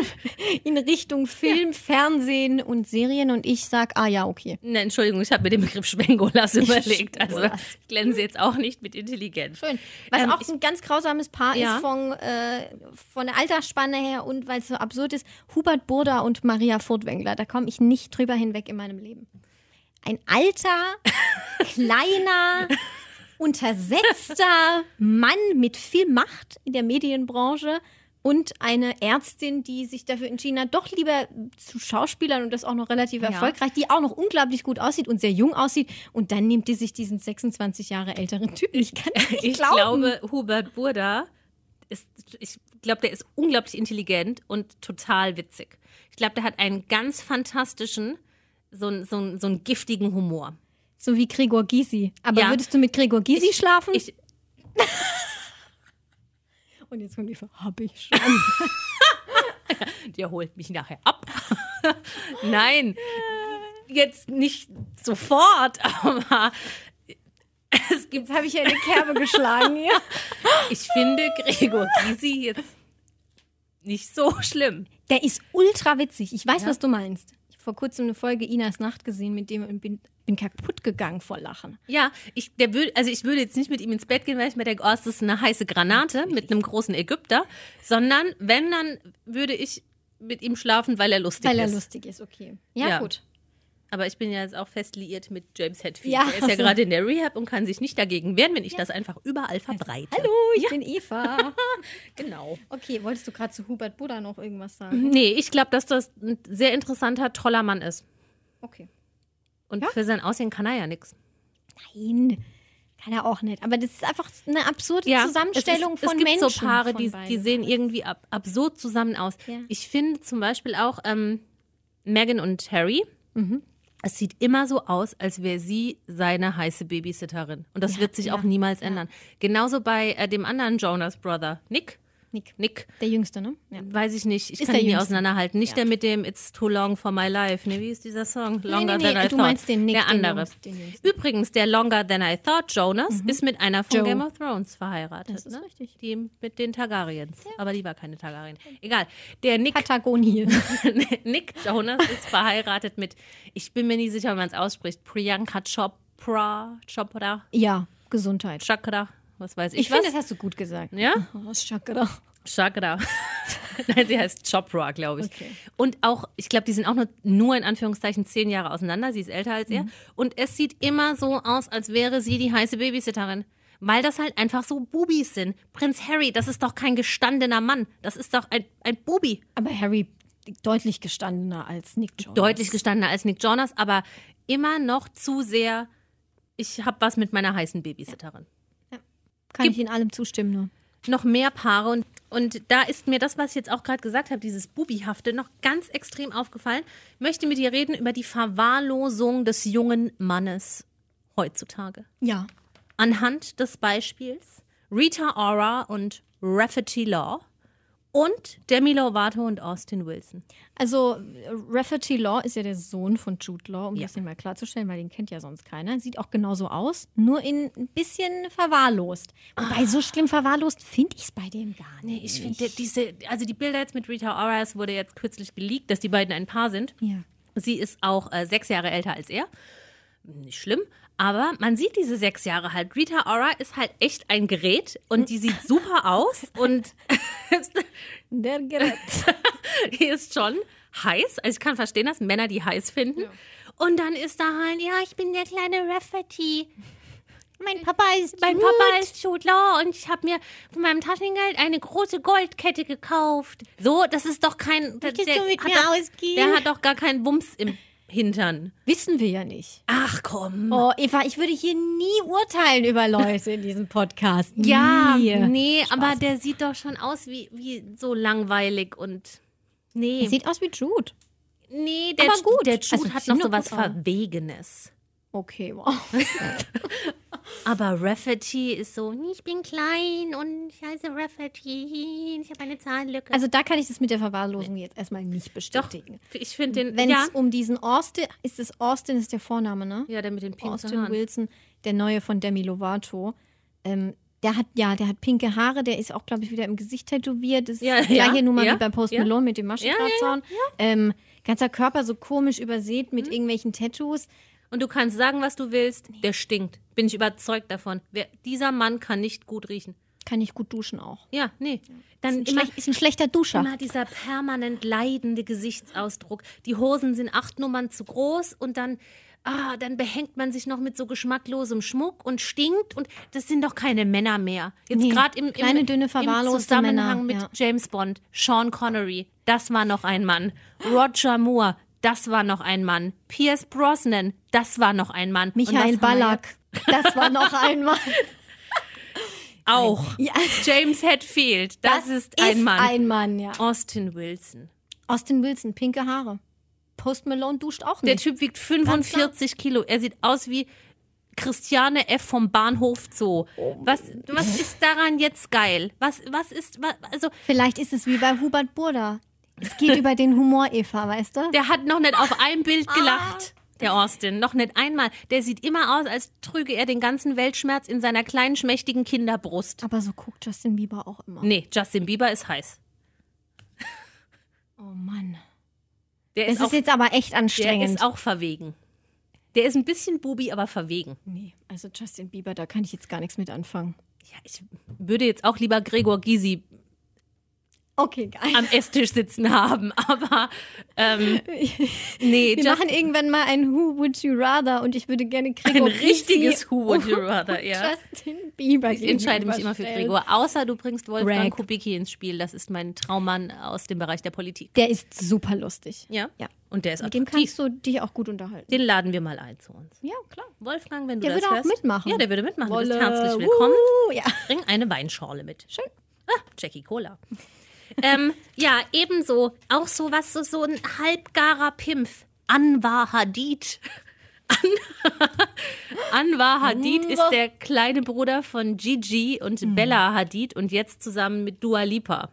B: in [LAUGHS] Richtung Film, Fernsehen und Serien und ich sag, ah ja, okay.
C: Ne, Entschuldigung, ich habe mir den
B: [LAUGHS]
C: Begriff Schwengolas überlegt. Also
B: Schwengolas.
C: ich glänze jetzt auch nicht mit Intelligenz.
B: Schön. Was
C: Ähm,
B: auch ein ganz grausames Paar
C: Ja.
B: ist von, äh, von der Altersspanne her und weil es so absurd ist, Hubert Burda und Maria Furtwängler. Da komme ich nicht drüber hinweg in meinem Leben. Ein
C: [LAUGHS]
B: alter, kleiner, untersetzter Mann mit viel Macht in der Medienbranche und eine Ärztin, die sich dafür entschieden hat, doch lieber zu Schauspielern und das auch noch relativ
C: Ja.
B: erfolgreich, die auch noch unglaublich gut aussieht und sehr jung aussieht. Und dann nimmt die sich diesen 26 Jahre älteren Typ. [LAUGHS] Ich
C: [LAUGHS]
B: kann es nicht
C: Ich
B: glauben.
C: glaube, Hubert Burda ist, ich glaube, der ist unglaublich intelligent und total witzig. Ich glaube, der hat einen ganz fantastischen, so, einen- so, einen- so einen giftigen Humor.
B: So wie Gregor Gysi. Aber
C: Ja.
B: würdest du mit Gregor Gysi schlafen?
C: Ich,
B: [LAUGHS] und jetzt kommt die Frage, hab ich schon.
C: Der holt mich nachher ab. [LAUGHS] Nein, jetzt nicht sofort, [LAUGHS] aber es gibt,
B: Jetzt habe ich ja eine Kerbe geschlagen. Ja.
C: ich finde Gregor Gysi jetzt nicht so schlimm.
B: [LAUGHS] Der ist ultra witzig. Ich weiß,
C: Ja.
B: was du meinst. Ich habe vor kurzem eine Folge Inas Nacht gesehen mit dem und bin, bin kaputt gegangen vor Lachen.
C: Ja, ich, der würd, also ich würde jetzt nicht mit ihm ins Bett gehen, weil ich mir denke, oh, es ist eine heiße Granate mit einem großen Ägypter, sondern wenn, dann würde ich mit ihm schlafen, weil er lustig
B: Weil
C: ist.
B: er lustig ist, okay. Ja,
C: Ja.
B: gut.
C: Aber ich bin ja jetzt auch fest liiert mit James Hetfield.
B: Ja,
C: der ist ja
B: [LAUGHS] so.
C: gerade in der Rehab und kann sich nicht dagegen wehren, wenn ich das einfach überall verbreite.
B: Hallo, ich bin [LAUGHS] Eva.
C: Genau.
B: Okay, wolltest du gerade zu Hubert Buddha noch irgendwas sagen?
C: Nee, ich glaube, dass das ein sehr interessanter, toller Mann ist.
B: Okay.
C: Und für sein Aussehen kann er ja nichts.
B: Nein, kann er auch nicht. Aber das ist einfach eine absurde
C: Ja,
B: Zusammenstellung
C: es ist,
B: von
C: es gibt
B: Menschen.
C: so Paare,
B: von
C: die, die
B: beiden.
C: sehen irgendwie ab, absurd zusammen aus.
B: Ja.
C: Ich finde zum Beispiel auch ähm, Meghan und Harry.
B: Mhm.
C: Es sieht immer so aus, als wäre sie seine heiße Babysitterin. Und das
B: Ja,
C: wird sich
B: ja,
C: auch niemals
B: ja.
C: ändern. Genauso bei äh, dem anderen Jonas Brother, Nick.
B: Nick.
C: Nick.
B: Der Jüngste, ne? Ja.
C: Weiß ich nicht. Ich
B: Ist
C: kann
B: der
C: ihn nie
B: Jüngste.
C: auseinanderhalten. Nicht
B: Ja.
C: der mit dem It's too long for my life. Nee, wie ist dieser Song?
B: Nee,
C: Longer
B: nee, nee,
C: than
B: du
C: I thought.
B: meinst den Nick,
C: der
B: den
C: andere.
B: Jungs- den Jungs.
C: Übrigens, der Longer than I thought Jonas ist mit einer von
B: Joe.
C: Game of Thrones verheiratet.
B: Das ist
C: ne?
B: richtig.
C: Die mit den Targaryens. Aber die war keine Targaryen. Egal. Der Nick,
B: Patagonien.
C: [LAUGHS] Nick Jonas ist verheiratet mit, ich bin mir nie sicher, wie man es ausspricht, Priyanka Chopra, Chopra,
B: [LAUGHS] ja, Gesundheit.
C: Chakra, was weiß ich,
B: Ich,
C: was.
B: finde, das hast du gut gesagt.
C: ja?
B: [LAUGHS] Oh, das ist Chakra.
C: Chakra. [LAUGHS] Nein, sie heißt Chopra, glaube ich.
B: Okay.
C: Und auch, ich glaube, die sind auch nur, nur in Anführungszeichen zehn Jahre auseinander. Sie ist älter als er. Und es sieht immer so aus, als wäre sie die heiße Babysitterin. Weil das halt einfach so Bubis sind. Prinz Harry, das ist doch kein gestandener Mann. Das ist doch ein, ein Bubi.
B: Aber Harry deutlich gestandener als Nick Jonas.
C: Deutlich gestandener als Nick Jonas, aber immer noch zu sehr, ich habe was mit meiner heißen Babysitterin.
B: Kann ich in allem zustimmen nur.
C: noch mehr Paare und, und da ist mir das, was ich jetzt auch gerade gesagt habe, dieses Bubihafte, noch ganz extrem aufgefallen. Möchte mit dir reden über die Verwahrlosung des jungen Mannes heutzutage.
B: Ja.
C: Anhand des Beispiels Rita Ora und Rafferty Law und Demi Lovato und Austin Wilson.
B: Also äh, Rafferty Law ist ja der Sohn von Jude Law, um
C: Ja.
B: das hier mal klarzustellen, weil den kennt ja sonst keiner. Sieht auch genauso aus, nur in ein bisschen verwahrlost. Wobei so schlimm verwahrlost finde ich es bei dem gar nicht.
C: Ich finde diese, also die Bilder jetzt mit Rita Ora, es wurde jetzt kürzlich geleakt, dass die beiden ein Paar sind.
B: Ja.
C: Sie ist auch äh, sechs Jahre älter als er. Nicht schlimm, aber man sieht diese sechs Jahre halt. Rita Ora ist halt echt ein Gerät und
B: [LAUGHS]
C: die sieht super aus und
B: Der Gerät.
C: die ist schon heiß. Also ich kann verstehen, dass Männer die heiß finden. Und dann ist da halt, ja, ich bin der kleine Rafferty.
B: mein Papa ist
C: Mein Papa ist Jude Law und ich habe mir von meinem Taschengeld eine große Goldkette gekauft. So, das ist doch kein... Der,
B: du mit mir
C: doch,
B: ausgehen?
C: der hat doch gar keinen Wumms im Hintern.
B: Wissen wir ja nicht.
C: Ach komm.
B: Oh, Eva, ich würde hier nie urteilen über Leute in diesem [LAUGHS] Podcast.
C: Ja,
B: Nie.
C: nee, aber der sieht doch schon aus wie, wie so langweilig und. Nee,
B: Er Sieht aus wie Jude.
C: nee der,
B: aber
C: Ju-
B: gut.
C: der Jude
B: Also,
C: hat
B: sieht
C: noch
B: noch
C: so was
B: gut aus.
C: Verwegenes.
B: Okay, wow.
C: Aber Rafferty ist so, ich bin klein und ich heiße Rafferty, ich habe eine Zahnlücke.
B: Also da kann ich das mit der Verwahrlosung jetzt erstmal nicht
C: doch,
B: bestätigen.
C: ich finde den,
B: Wenn es
C: ja,
B: um diesen Austin, ist es Austin ist der Vorname, ne?
C: ja, der mit den pinken
B: Austin
C: Haaren.
B: Wilson, der neue von Demi Lovato. Ähm, der hat, ja, der hat pinke Haare, der ist auch, glaube ich, wieder im Gesicht tätowiert. Das ist
C: Ja,
B: die gleiche
C: ja,
B: Nummer
C: ja,
B: wie bei Post
C: ja.
B: Malone mit dem Maschendrahtzaun. Ähm, ganzer Körper so komisch übersät
C: Mhm.
B: mit irgendwelchen Tattoos.
C: Und du kannst sagen, was du willst, der stinkt. Bin ich überzeugt davon. Wer, dieser Mann kann nicht gut riechen.
B: Kann ich gut duschen auch.
C: Ja, nee. Dann
B: Ist ein,
C: immer,
B: schlech- ist ein schlechter Duscher.
C: Immer dieser permanent leidende Gesichtsausdruck. Die Hosen sind acht Nummern zu groß und dann, ah, dann behängt man sich noch mit so geschmacklosem Schmuck und stinkt und das sind doch keine Männer mehr. Jetzt
B: Nee,
C: gerade im, im,
B: kleine, dünne,
C: im
B: verwahrloste
C: Zusammenhang
B: Männer,
C: mit
B: ja.
C: James Bond, Sean Connery, das war noch ein Mann. Roger Moore, das war noch ein Mann. Pierce Brosnan, das war noch ein Mann. Und
B: Michael
C: was haben wir
B: Ballack. Das war noch einmal.
C: jetzt? Auch.
B: Ja.
C: James Hetfield, [LAUGHS] das, ist ein Mann.
B: Ein Mann, ja.
C: Austin Wilson.
B: Austin Wilson, pinke Haare. Post Malone duscht auch
C: Der
B: nicht.
C: Typ wiegt 45 Kilo. Er sieht aus wie Christiane F. vom Bahnhof Zoo.
B: Oh.
C: Was, was ist daran jetzt geil? Was, was ist, was, also,
B: Vielleicht ist es wie bei Hubert Burda. Es
C: [LAUGHS]
B: geht über den Humor, Eva, weißt du?
C: der hat noch nicht auf einem
B: Ah.
C: Bild gelacht. Der Austin, noch nicht einmal. Der sieht immer aus, als trüge er den ganzen Weltschmerz in seiner kleinen, schmächtigen Kinderbrust.
B: Aber so guckt Justin Bieber auch immer.
C: Nee, Justin Bieber ist heiß.
B: Oh Mann.
C: Der
B: Es
C: ist,
B: ist,
C: auch,
B: jetzt aber echt
C: der
B: anstrengend.
C: ist auch verwegen. Der ist ein bisschen Bubi, aber verwegen.
B: nee, also Justin Bieber, da kann ich jetzt gar nichts mit anfangen.
C: Ja, ich würde jetzt auch lieber Gregor Gysi
B: Okay, geil.
C: [LAUGHS] am Esstisch sitzen haben, [LAUGHS] aber ähm, nee,
B: Wir
C: just
B: machen irgendwann mal ein Who Would You Rather und ich würde gerne
C: ein
B: Gregor
C: richtiges
B: Gysi
C: Who Would You Rather, ja.
B: Justin Bieber
C: Ich entscheide mich immer für
B: gegenüberstellen.
C: Gregor, außer du bringst Wolfgang
B: Greg.
C: Kubicki ins Spiel. Das ist mein Traummann aus dem Bereich der Politik.
B: Der ist super lustig.
C: Ja?
B: Ja.
C: Und der ist
B: Mit dem
C: attraktiv.
B: kannst du dich auch gut unterhalten.
C: Den laden wir mal ein zu uns.
B: Ja, klar.
C: Wolfgang, wenn du
B: Der
C: das
B: würde auch
C: hörst.
B: mitmachen.
C: Ja, der würde mitmachen. Du bist
B: Wolle.
C: herzlich willkommen.
B: Uh, ja.
C: Bring eine Weinschorle mit.
B: Schön.
C: Ah, Jackie [LAUGHS] Cola. ähm, ja, ebenso. Auch so was, so, so ein halbgarer Pimpf. Anwar [LAUGHS] Hadid. An Anwar Hadid ist der kleine Bruder von Gigi und Bella Hadid und jetzt zusammen mit Dua Lipa.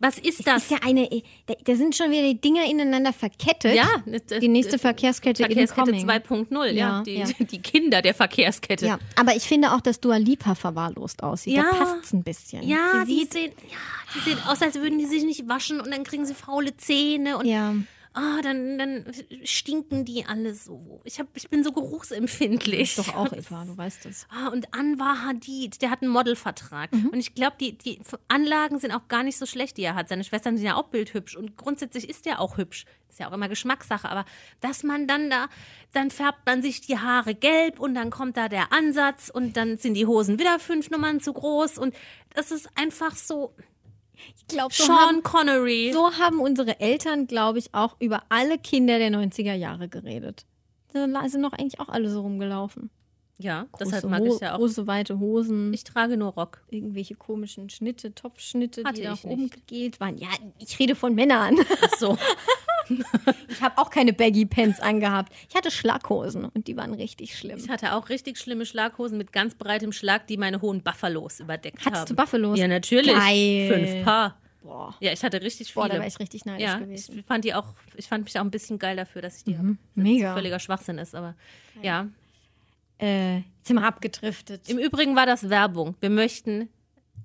C: Was ist das?
B: Ist ja eine, da, da sind schon wieder die Dinger ineinander verkettet.
C: Ja, ne, das-
B: die nächste
C: das-
B: Verkehrskette,
C: Verkehrskette
B: in coming.
C: 2.0, ja.
B: Ja,
C: die,
B: ja.
C: die Kinder der Verkehrskette.
B: Ja, aber ich finde auch, dass Dua Lipa verwahrlost aussieht.
C: Ja.
B: Da passt's ein bisschen.
C: Ja,
B: Sie
C: die
B: sieht,
C: sehen, ja, die sehen aus, als würden die sich nicht waschen und dann kriegen sie faule Zähne und
B: ja.
C: Ah, dann, dann stinken die alle so. Ich, hab, ich bin so geruchsempfindlich.
B: Ist doch auch Eva, du weißt es.
C: Ah, und Anwar Hadid, der hat einen Modelvertrag.
B: Mhm.
C: Und ich glaube, die, die Anlagen sind auch gar nicht so schlecht, die er hat. Seine Schwestern sind ja auch bildhübsch und grundsätzlich ist der auch hübsch. Ist ja auch immer Geschmackssache, aber dass man dann da, dann färbt man sich die Haare gelb und dann kommt da der Ansatz und dann sind die Hosen wieder fünf Nummern zu groß und das ist einfach so.
B: Ich glaube, so, haben-
C: Sean Connery.
B: so haben unsere Eltern, glaube ich, auch über alle Kinder der 90er Jahre geredet. Da la- sind noch eigentlich auch alle so rumgelaufen.
C: ja,
B: Große,
C: deshalb mag
B: Ho-
C: ich ja auch.
B: große weite Hosen.
C: Ich trage nur Rock.
B: irgendwelche komischen Schnitte, Topfschnitte,
C: Hatte
B: die da
C: ich nicht.
B: rumgegelt waren. Ja, ich rede von Männern. [LAUGHS]
C: Ach so.
B: Ich habe auch keine Baggy Pants angehabt. Ich hatte Schlaghosen und die waren richtig schlimm.
C: Ich hatte auch richtig schlimme Schlaghosen mit ganz breitem Schlag, die meine hohen Buffalos überdeckt haben.
B: Hattest du Buffalos?
C: Ja, natürlich.
B: Geil.
C: Fünf Paar.
B: Boah,
C: Ja, ich hatte richtig viele.
B: Boah da wäre ich richtig neidisch
C: ja,
B: gewesen. Mhm.
C: ich fand die auch, ich fand mich auch ein bisschen geil dafür, dass ich die habe.
B: Mega.
C: Völliger Schwachsinn ist, aber ja.
B: Äh, jetzt sind wir abgedriftet.
C: Im Übrigen war das Werbung. Wir möchten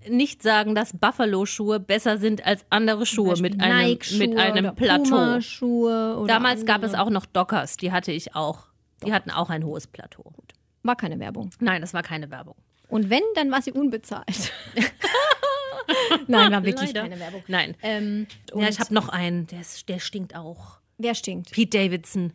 C: nicht sagen, dass Buffalo-Schuhe besser sind als andere Schuhe
B: Zum Beispiel
C: mit einem,
B: Nike-Schuhe
C: mit einem
B: oder
C: Plateau.
B: Puma-Schuhe oder
C: Damals gab es
B: andere.
C: auch noch Dockers, die hatte ich auch. Die hatten auch ein hohes Plateau.
B: War keine Werbung.
C: Nein, das war keine Werbung.
B: Und wenn, dann war sie
C: [LAUGHS]
B: unbezahlt. Nein, war wirklich
C: Leider.
B: keine Werbung.
C: Nein.
B: Ähm, und
C: Ja, ich habe noch einen, der, ist, der stinkt auch.
B: wer stinkt?
C: Pete Davidson.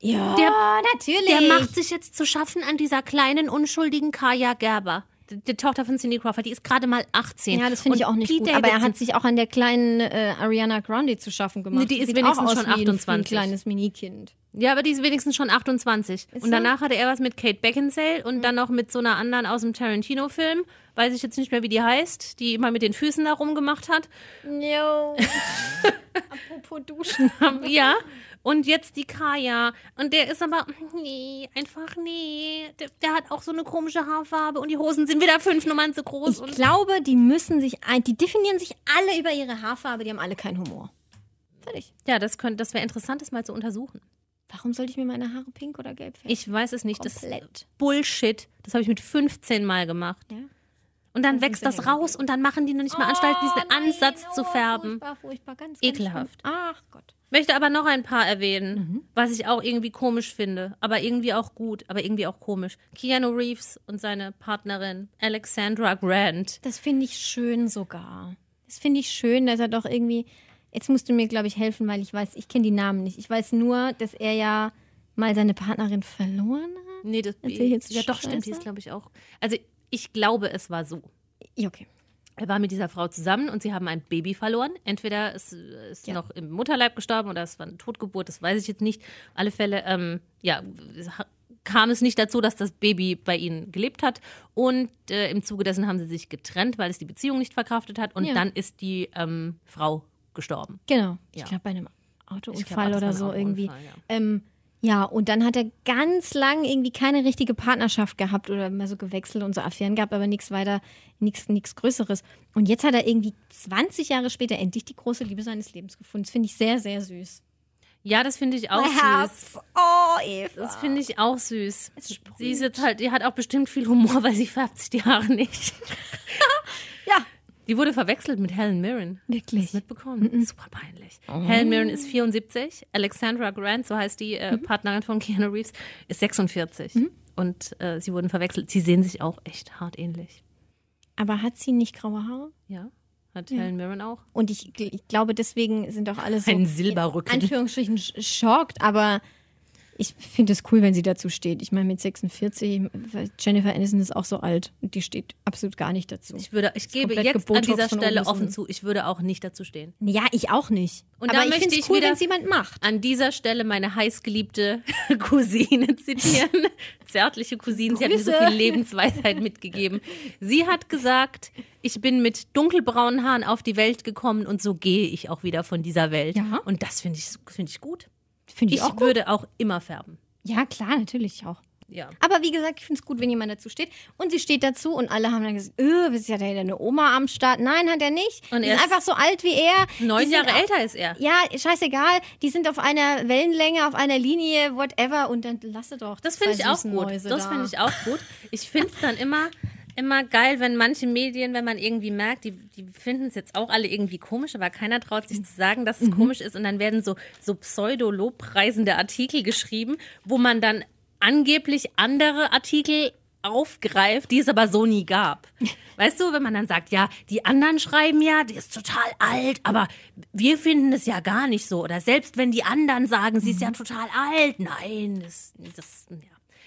B: Ja, natürlich.
C: Der macht sich jetzt zu schaffen an dieser kleinen, unschuldigen Kaya Gerber. Die, die Tochter von Cindy Crawford, die ist gerade mal 18.
B: Ja, das finde ich
C: Und
B: auch nicht
C: Pete
B: gut.
C: Davidson,
B: Aber er hat sich auch an der kleinen äh, Ariana Grande zu schaffen gemacht.
C: Nee, die ist
B: Sieht
C: wenigstens
B: auch aus
C: schon
B: wie ein- wie
C: 28.
B: Ein kleines Minikind.
C: Ja, aber die ist wenigstens schon 28.
B: Ist
C: und
B: sie?
C: danach hatte er was mit Kate Beckinsale und dann noch mit so einer anderen aus dem Tarantino-Film. Weiß ich jetzt nicht mehr, wie die heißt, die immer mit den Füßen da rumgemacht hat. [LAUGHS]
B: Jo. Apropos Duschen.
C: ja. Und jetzt die Kaya. Und der ist aber, nee, einfach nee. Der, der hat auch so eine komische Haarfarbe und die Hosen sind wieder fünf Nummern zu groß.
B: Ich
C: Und
B: glaube, die müssen sich, ein, die definieren sich alle über ihre Haarfarbe, die haben alle keinen Humor. Fertig.
C: ja, das, könnte- das wäre interessant, das mal zu untersuchen.
B: Warum sollte ich mir meine Haare pink oder gelb färben?
C: Ich weiß es nicht. Das
B: Komplett.
C: ist Bullshit. Das habe ich mit 15 Mal gemacht.
B: Ja.
C: Und dann wächst das raus und dann machen die noch nicht mal Anstalten, diesen Ansatz zu färben.
B: Oh, Furchtbar, furchtbar, ganz, ganz
C: Ekelhaft.
B: schlimm. Ach Gott.
C: Möchte aber noch ein paar erwähnen, was ich auch irgendwie komisch finde, aber irgendwie auch gut, aber irgendwie auch komisch. Keanu Reeves und seine Partnerin Alexandra Grant.
B: Das finde ich schön sogar. Das finde ich schön, dass er doch irgendwie. Jetzt musst du mir, glaube ich, helfen, weil ich weiß, ich kenne die Namen nicht. Ich weiß nur, dass er ja mal seine Partnerin verloren hat.
C: Nee, das
B: Erzähl ich jetzt
C: Ja, doch, stimmt, die
B: Scheiße?
C: ist glaube ich auch. Also, ich glaube, es war so.
B: Ja, okay.
C: Er war mit dieser Frau zusammen und sie haben ein Baby verloren. Entweder es äh, ist
B: Ja.
C: noch im Mutterleib gestorben oder es war eine Totgeburt, das weiß ich jetzt nicht. Auf Alle Fälle, ähm, ja, ha- kam es nicht dazu, dass das Baby bei ihnen gelebt hat. Und äh, im Zuge dessen haben sie sich getrennt, weil es die Beziehung nicht verkraftet hat. Und
B: Ja.
C: dann ist die ähm, Frau gestorben.
B: Genau. Ich
C: Ja.
B: glaube, bei einem
C: Ich glaub,
B: Autounfall
C: das war
B: oder
C: ein
B: so irgendwie.
C: Autounfall, ja.
B: Ähm, ja, und dann hat er ganz lang irgendwie keine richtige Partnerschaft gehabt oder immer so gewechselt und so Affären gehabt, aber nichts weiter, nichts nichts Größeres. Und jetzt hat er irgendwie 20 Jahre später endlich die große Liebe seines Lebens gefunden. Das finde ich sehr, sehr süß.
C: Ja, das finde ich auch
B: Mein
C: süß.
B: Herz. Oh, Eva.
C: Das finde ich auch süß.
B: Es sprüht.
C: Sie ist jetzt halt, die hat auch bestimmt viel Humor, [LAUGHS] weil sie färbt sich die Haare nicht.
B: Ja.
C: Die wurde verwechselt mit Helen Mirren.
B: Wirklich?
C: Hast du mitbekommen? Super peinlich. Helen Mirren ist 74, Alexandra Grant, so heißt die
B: Mhm.
C: äh, Partnerin von Keanu Reeves, ist 46. Und äh, sie wurden verwechselt. Sie sehen sich auch echt hart ähnlich.
B: Aber hat sie nicht graue Haare?
C: Ja, hat Helen Mirren auch.
B: Und ich, gl- ich glaube, deswegen sind auch alle so.
C: Ein Silberrücken.
B: In Anführungsstrichen sch- schockt, aber ich finde es cool, wenn sie dazu steht. Ich meine, mit 46, Jennifer Aniston ist auch so alt und die steht absolut gar nicht dazu.
C: Ich würde, ich gebe
B: komplett
C: jetzt an
B: gebotoxt
C: dieser
B: von
C: Stelle
B: oben bis
C: offen
B: unten.
C: zu, ich würde auch nicht dazu stehen.
B: ja, ich auch nicht.
C: Und da
B: aber ich
C: möchte
B: finde
C: ich
B: es cool,
C: wieder-
B: wenn es jemand macht.
C: An dieser Stelle meine heißgeliebte [LAUGHS] Cousine zitieren. Zärtliche Cousine, sie hat mir so
B: Grüße.
C: viel Lebensweisheit mitgegeben. Sie hat gesagt, ich bin mit dunkelbraunen Haaren auf die Welt gekommen und so gehe ich auch wieder von dieser Welt.
B: Ja.
C: Und das finde ich, finde ich gut.
B: Finde
C: Ich,
B: ich auch gut.
C: würde auch immer färben.
B: Ja, klar, natürlich auch.
C: Ja.
B: Aber wie gesagt, ich finde es gut, wenn jemand dazu steht. Und sie steht dazu und alle haben dann gesagt, öh, was hat er denn eine Oma am Start? Nein, hat er nicht.
C: Und
B: die
C: er
B: sind
C: ist
B: einfach so alt wie er. Die
C: Neun
B: sind
C: Jahre
B: au-
C: älter ist er.
B: Ja, scheißegal. Die sind auf einer Wellenlänge, auf einer Linie, whatever. Und dann lasse doch.
C: Das
B: die
C: finde
B: zwei
C: ich auch
B: süßen
C: gut.
B: Mäuse
C: das
B: da.
C: finde ich auch gut. Ich finde es dann immer, immer geil, wenn manche Medien, wenn man irgendwie merkt, die, die finden es jetzt auch alle irgendwie komisch, aber keiner traut sich zu sagen, dass es komisch ist. Und dann werden so, so pseudo-lobpreisende Artikel geschrieben, wo man dann angeblich andere Artikel aufgreift, die es aber so nie gab. Weißt du, wenn man dann sagt, ja, die anderen schreiben ja, die ist total alt, aber wir finden es ja gar nicht so. Oder selbst wenn die anderen sagen, sie ist ja total alt, nein, das, das ja.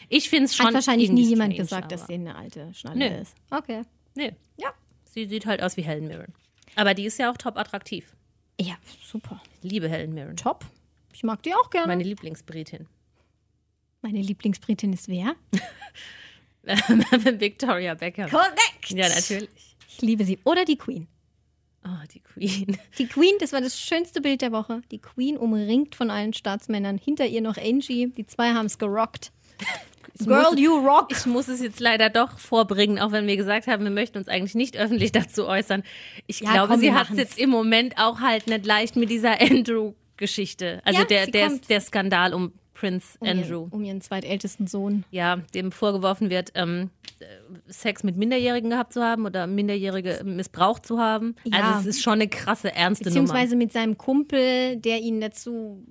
C: Ich finde es schon.
B: Hat wahrscheinlich nie
C: irgendwie
B: jemand
C: strange,
B: gesagt, dass
C: aber-
B: sie eine alte Schnalle
C: Nö.
B: ist. Okay.
C: Nee,
B: Ja.
C: sie sieht halt aus wie Helen Mirren. Aber die ist ja auch top attraktiv.
B: Ja, super.
C: Ich liebe Helen Mirren.
B: Top. Ich mag die auch gerne. Meine,
C: Meine Lieblingsbritin. [LAUGHS]
B: Lieblingsbritin ist wer?
C: Victoria Beckham.
B: Korrekt.
C: Ja, natürlich.
B: Ich liebe sie. Oder die Queen.
C: Oh, die Queen.
B: Die Queen, das war das schönste Bild der Woche. Die
C: [LAUGHS]
B: Queen umringt von allen Staatsmännern. Hinter ihr noch Angie. Die zwei haben es gerockt.
C: Ich
B: Girl,
C: muss-
B: you rock.
C: Ich muss es jetzt leider doch vorbringen, auch wenn wir gesagt haben, wir möchten uns eigentlich nicht öffentlich dazu äußern. Ich
B: Ja,
C: glaube,
B: komm,
C: sie
B: wir
C: hat es
B: machen's.
C: jetzt im Moment auch halt nicht leicht mit dieser Andrew-Geschichte. Also
B: Ja,
C: der,
B: sie
C: der,
B: kommt.
C: der Skandal um Prince
B: Um ihren-
C: Andrew.
B: Um ihren zweitältesten Sohn.
C: Ja, dem vorgeworfen wird, ähm, äh, Sex mit Minderjährigen gehabt zu haben oder Minderjährige missbraucht zu haben.
B: Ja.
C: Also es ist schon eine krasse, ernste Nummer.
B: Beziehungsweise mit seinem Kumpel, der ihn dazu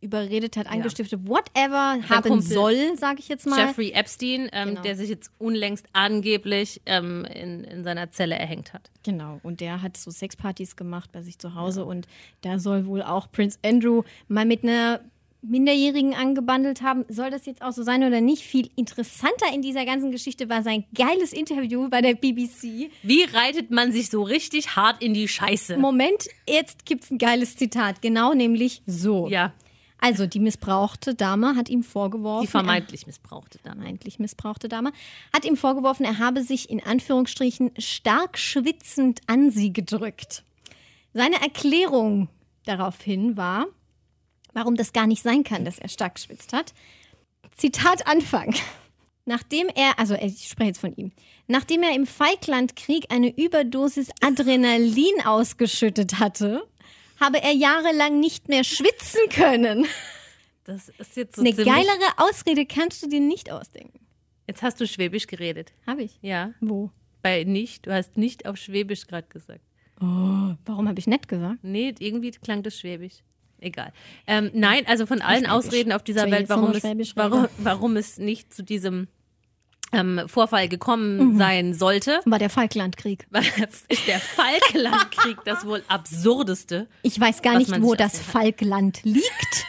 B: überredet hat, angestiftet, whatever haben
C: Kumpel.
B: soll, sage ich jetzt mal.
C: Jeffrey Epstein, ähm,
B: Genau.
C: der sich jetzt unlängst angeblich ähm, in, in seiner Zelle erhängt hat.
B: Genau, und der hat so Sexpartys gemacht bei sich zu Hause und da soll wohl auch Prince Andrew mal mit einer Minderjährigen angebandelt haben. Soll das jetzt auch so sein oder nicht? Viel interessanter in dieser ganzen Geschichte war sein geiles Interview bei der BBC.
C: Wie reitet man sich so richtig hart in die Scheiße?
B: Moment, jetzt gibt's ein geiles Zitat, genau nämlich so.
C: ja,
B: Also die missbrauchte Dame hat ihm vorgeworfen,
C: die vermeintlich missbrauchte Dame.
B: vermeintlich missbrauchte Dame, hat ihm vorgeworfen, er habe sich in Anführungsstrichen stark schwitzend an sie gedrückt. Seine Erklärung daraufhin war, warum das gar nicht sein kann, dass er stark geschwitzt hat. Zitat Anfang. Nachdem er, also ich spreche jetzt von ihm, nachdem er im Falklandkrieg eine Überdosis Adrenalin ausgeschüttet hatte, habe er jahrelang nicht mehr schwitzen können.
C: Das ist jetzt so
B: Eine
C: ziemlich...
B: geilere Ausrede kannst du dir nicht ausdenken.
C: Jetzt hast du Schwäbisch geredet.
B: Habe ich.
C: Ja,
B: Wo?
C: bei nicht. Du hast nicht auf Schwäbisch gerade gesagt.
B: Warum habe ich nett gesagt?
C: Nee, irgendwie klang das Schwäbisch. Egal. Ähm, nein, also von allen Ausreden auf dieser
B: Soll ich
C: Welt,
B: jetzt noch
C: warum
B: mal
C: es,
B: Schwäbisch
C: warum,
B: reden?
C: [LAUGHS] warum es nicht zu diesem ähm, Vorfall gekommen
B: Mhm.
C: sein sollte, [LAUGHS]
B: War der Falklandkrieg.
C: weil es ist der Falklandkrieg das wohl absurdeste.
B: Ich weiß gar
C: Was
B: nicht,
C: man
B: wo
C: sich
B: das Falkland
C: [LAUGHS]
B: liegt.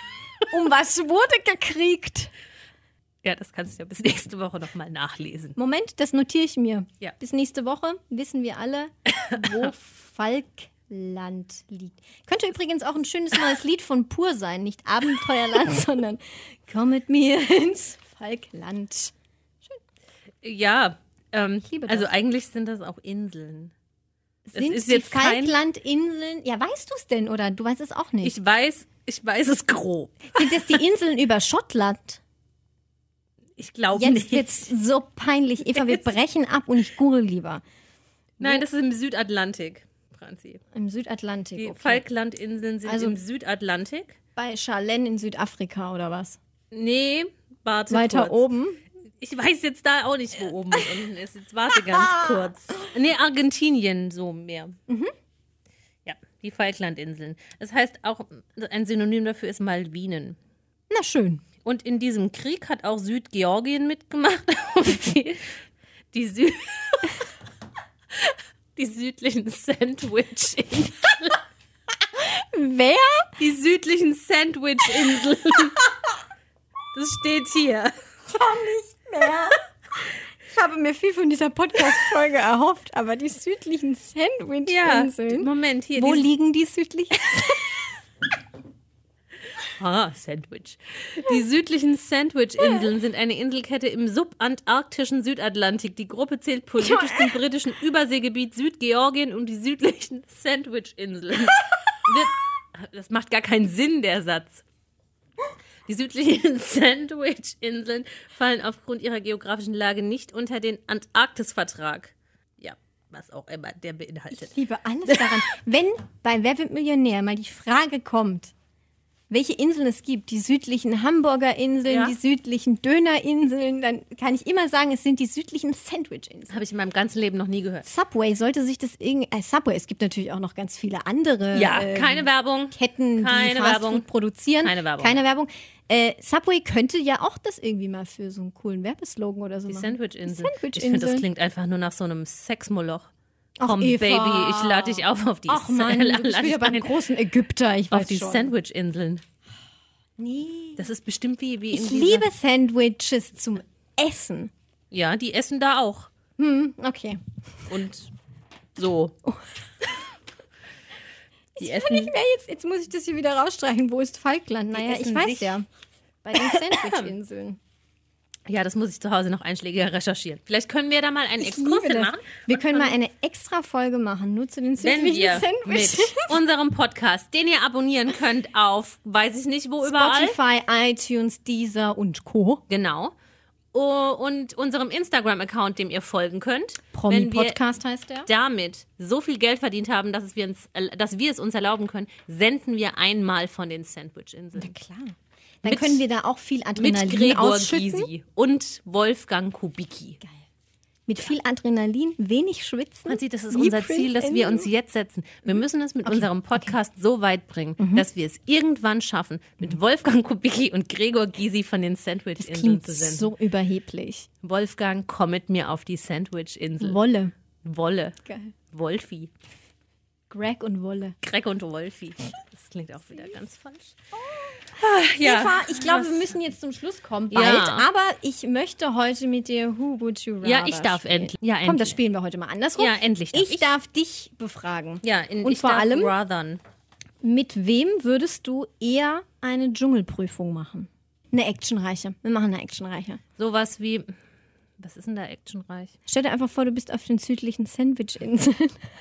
B: um was wurde gekriegt?
C: Ja, das kannst du ja bis nächste Woche nochmal nachlesen.
B: Moment, das notiere ich mir.
C: Ja.
B: Bis nächste Woche wissen wir alle,
C: [LAUGHS]
B: wo Falkland liegt. Könnte übrigens auch ein schönes neues Lied von Pur sein. Nicht
C: [LAUGHS]
B: Abenteuerland, sondern Komm mit mir ins Falkland.
C: Ja, ähm,
B: liebe das.
C: also eigentlich sind das auch Inseln.
B: Sind
C: ist
B: die
C: jetzt kein-
B: Falklandinseln? Ja, weißt du es denn oder du weißt es auch nicht?
C: Ich weiß, ich weiß es grob.
B: Sind das die Inseln über Schottland?
C: Ich glaube
B: Jetzt
C: nicht.
B: wird's so peinlich. Eva, wir brechen ab und ich google lieber.
C: Nein, das ist im Südatlantik, Franzi.
B: Im Südatlantik.
C: Die
B: okay.
C: Falklandinseln sind
B: Also-
C: im Südatlantik.
B: Bei Charlene in Südafrika oder was?
C: Nee, warte
B: Weiter
C: kurz.
B: oben. Äh.
C: Ich weiß jetzt da auch nicht, wo oben und unten ist. Jetzt
B: [LAUGHS]
C: warte ganz kurz. Nee, Argentinien so mehr.
B: Mhm.
C: Ja, die Falklandinseln. Das heißt auch, ein Synonym dafür ist Malvinen.
B: Na schön.
C: Und in diesem Krieg hat auch Südgeorgien mitgemacht. [LAUGHS] Und die, die, Sü [LAUGHS] die südlichen Sandwich-Inseln.
B: Wer?
C: Die südlichen Sandwich-Inseln. Das steht hier.
B: Ich habe mir viel von dieser Podcast-Folge [LAUGHS] erhofft, aber die südlichen Sandwich-Inseln.
C: Moment, hier.
B: Wo
C: die-
B: liegen die südlichen?
C: Ah, Sandwich. Die südlichen Sandwich-Inseln sind eine Inselkette im subantarktischen Südatlantik. Die Gruppe zählt politisch zum britischen Überseegebiet Südgeorgien und die südlichen Sandwich-Inseln. Wird- Das macht gar keinen Sinn, der Satz. Die südlichen [LAUGHS] Sandwich-Inseln fallen aufgrund ihrer geografischen Lage nicht unter den Antarktis-Vertrag. Ja, was auch immer der beinhaltet.
B: Ich [LAUGHS] liebe alles daran. Wenn bei Wer wird Millionär mal die Frage kommt, welche Inseln es gibt, die südlichen Hamburger Inseln,
C: Ja.
B: die südlichen Dönerinseln, dann kann ich immer sagen, es sind die südlichen Sandwich-Inseln.
C: Habe ich in meinem ganzen Leben noch nie gehört.
B: Subway sollte sich das irgendwie. Äh, Subway, es gibt natürlich auch noch ganz viele andere
C: Ja,
B: ähm,
C: Äh, keine Werbung.
B: Ketten, die
C: keine
B: Fastfood
C: Werbung.
B: produzieren.
C: Keine Werbung.
B: Keine Werbung. Äh, Subway könnte ja auch das irgendwie mal für so einen coolen Werbeslogan oder so
C: Die
B: machen.
C: Sandwich-Insel.
B: Genau. Die
C: ich finde, das
B: Sandwich-Insel.
C: klingt einfach nur nach so einem Sexmoloch.
B: Ach,
C: Komm,
B: Eva.
C: Baby, ich lade dich auf auf die,
B: Ach Mann, du bist
C: [LAUGHS] lade
B: wieder
C: dich
B: beim
C: ein
B: großen Ägypter. Ich weiß
C: auf die
B: schon.
C: Sandwich-Inseln.
B: Nee.
C: Das ist bestimmt wie, wie in
B: Ich
C: dieser-
B: liebe Sandwiches zum Essen.
C: Ja, die essen da auch.
B: Okay.
C: Und so. [LAUGHS] Die
B: Kann Oh. ich
C: essen.
B: mir jetzt, jetzt muss ich das hier wieder rausstreichen. Wo ist Falkland? Naja, ich
C: essen
B: weiß
C: sich-
B: ja. Bei
C: [LAUGHS]
B: den Sandwich-Inseln.
C: Ja, das muss ich zu Hause noch einschlägiger recherchieren. Vielleicht können wir da mal einen
B: Ich
C: Exkurs
B: liebe
C: hin
B: das.
C: machen.
B: Wir können mal eine extra Folge machen, nur zu den
C: Wenn wir
B: südlichen
C: mit
B: Sandwiches. [LAUGHS]
C: unserem Podcast, den ihr abonnieren könnt auf, weiß ich nicht wo überall.
B: Spotify, iTunes, Deezer und Co.
C: Genau. oh, und unserem Instagram-Account, dem ihr folgen könnt. wenn wir
B: Promi-Podcast heißt der.
C: damit so viel Geld verdient haben, dass, es wir uns, äh, dass wir es uns erlauben können, senden wir einmal von den Sandwich-Inseln.
B: Klar. Dann
C: Mit-
B: können wir da auch viel
C: Mit
B: Adrenalin
C: Gregor
B: ausschütten.
C: Gysi und Wolfgang Kubicki.
B: Mit viel Adrenalin, wenig schwitzen.
C: Man sieht, das ist
B: Wie
C: unser
B: Prince
C: Ziel, dass wir uns
B: Andrew.
C: jetzt setzen. Wir müssen es mit unserem Podcast so weit bringen,
B: Mhm.
C: dass wir es irgendwann schaffen, mit Wolfgang Kubicki und Gregor Gysi von den Sandwich-Inseln
B: Klingt
C: zu senden.
B: so überheblich.
C: Wolfgang, komm mit mir auf die Sandwich-Insel.
B: Wolle.
C: Wolle.
B: Geil.
C: Wolfi.
B: Greg und Wolle.
C: Greg und Wolfi. Das klingt auch wieder ganz falsch. Ah, ja.
B: Eva, ich glaube, wir müssen jetzt zum Schluss kommen.
C: Ja.
B: Bald. Aber ich möchte heute mit dir Who Would You Rather
C: Ja, ich darf
B: spielen.
C: endlich. Ja,
B: Komm,
C: endlich.
B: das spielen wir heute mal andersrum.
C: Ja, endlich darf
B: ich,
C: ich.
B: darf dich befragen.
C: Ja, in,
B: Und
C: ich
B: vor
C: darf
B: allem-
C: Rathern.
B: Mit wem würdest du eher eine Dschungelprüfung machen? Eine actionreiche. Wir machen eine actionreiche.
C: Sowas wie. Was ist denn da actionreich?
B: Stell dir einfach vor, du bist auf den südlichen Sandwich-Inseln [LAUGHS]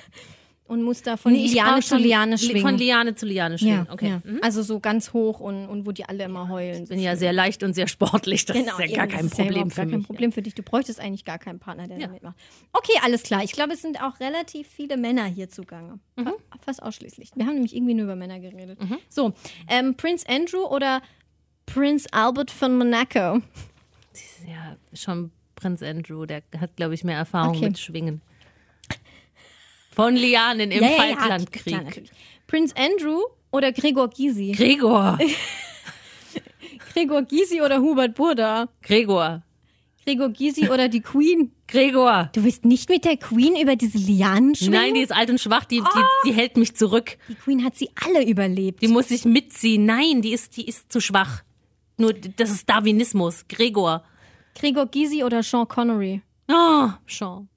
B: und musst da von
C: ich
B: Liane
C: brauch
B: zu
C: schon-
B: Liane
C: Li-
B: schwingen.
C: Von Liane zu Liane schwingen.
B: ja,
C: okay.
B: ja. Also so ganz hoch und, und wo die alle immer heulen.
C: bin ja sehr leicht und sehr sportlich. Das ist ja
B: Genau, eben,
C: gar
B: das
C: kein
B: ist
C: Problem
B: überhaupt
C: für
B: gar
C: mich.
B: kein Problem für dich. Du bräuchtest eigentlich gar keinen Partner, der
C: Ja.
B: da mitmacht. Okay, alles klar. Ich glaube, es sind auch relativ viele Männer hier zugange.
C: Mhm.
B: Fa- Fast ausschließlich. Wir haben nämlich irgendwie nur über Männer geredet. So, ähm, Prince Andrew oder Prince Albert von Monaco?
C: Ja, schon Prinz Andrew, der hat, glaube ich, mehr Erfahrung
B: Okay.
C: mit Schwingen. Von Lianen im
B: Ja, ja, ja,
C: Falklandkrieg.
B: klar, natürlich. Prince Andrew oder Gregor Gysi? [LAUGHS]
C: Gregor,
B: Gregor Gysi oder Hubert Burda?
C: Gregor,
B: Gregor Gysi oder die Queen?
C: Gregor.
B: Du willst nicht mit der Queen über diese Lianen schwingen?
C: Nein, die ist alt und schwach, die, die, die hält mich zurück.
B: die Queen hat sie alle überlebt.
C: Die muss ich mitziehen. Nein, die ist, die ist zu schwach. Nur, das ist Darwinismus. Gregor.
B: Gregor Gysi oder Sean Connery?
C: Oh, Sean.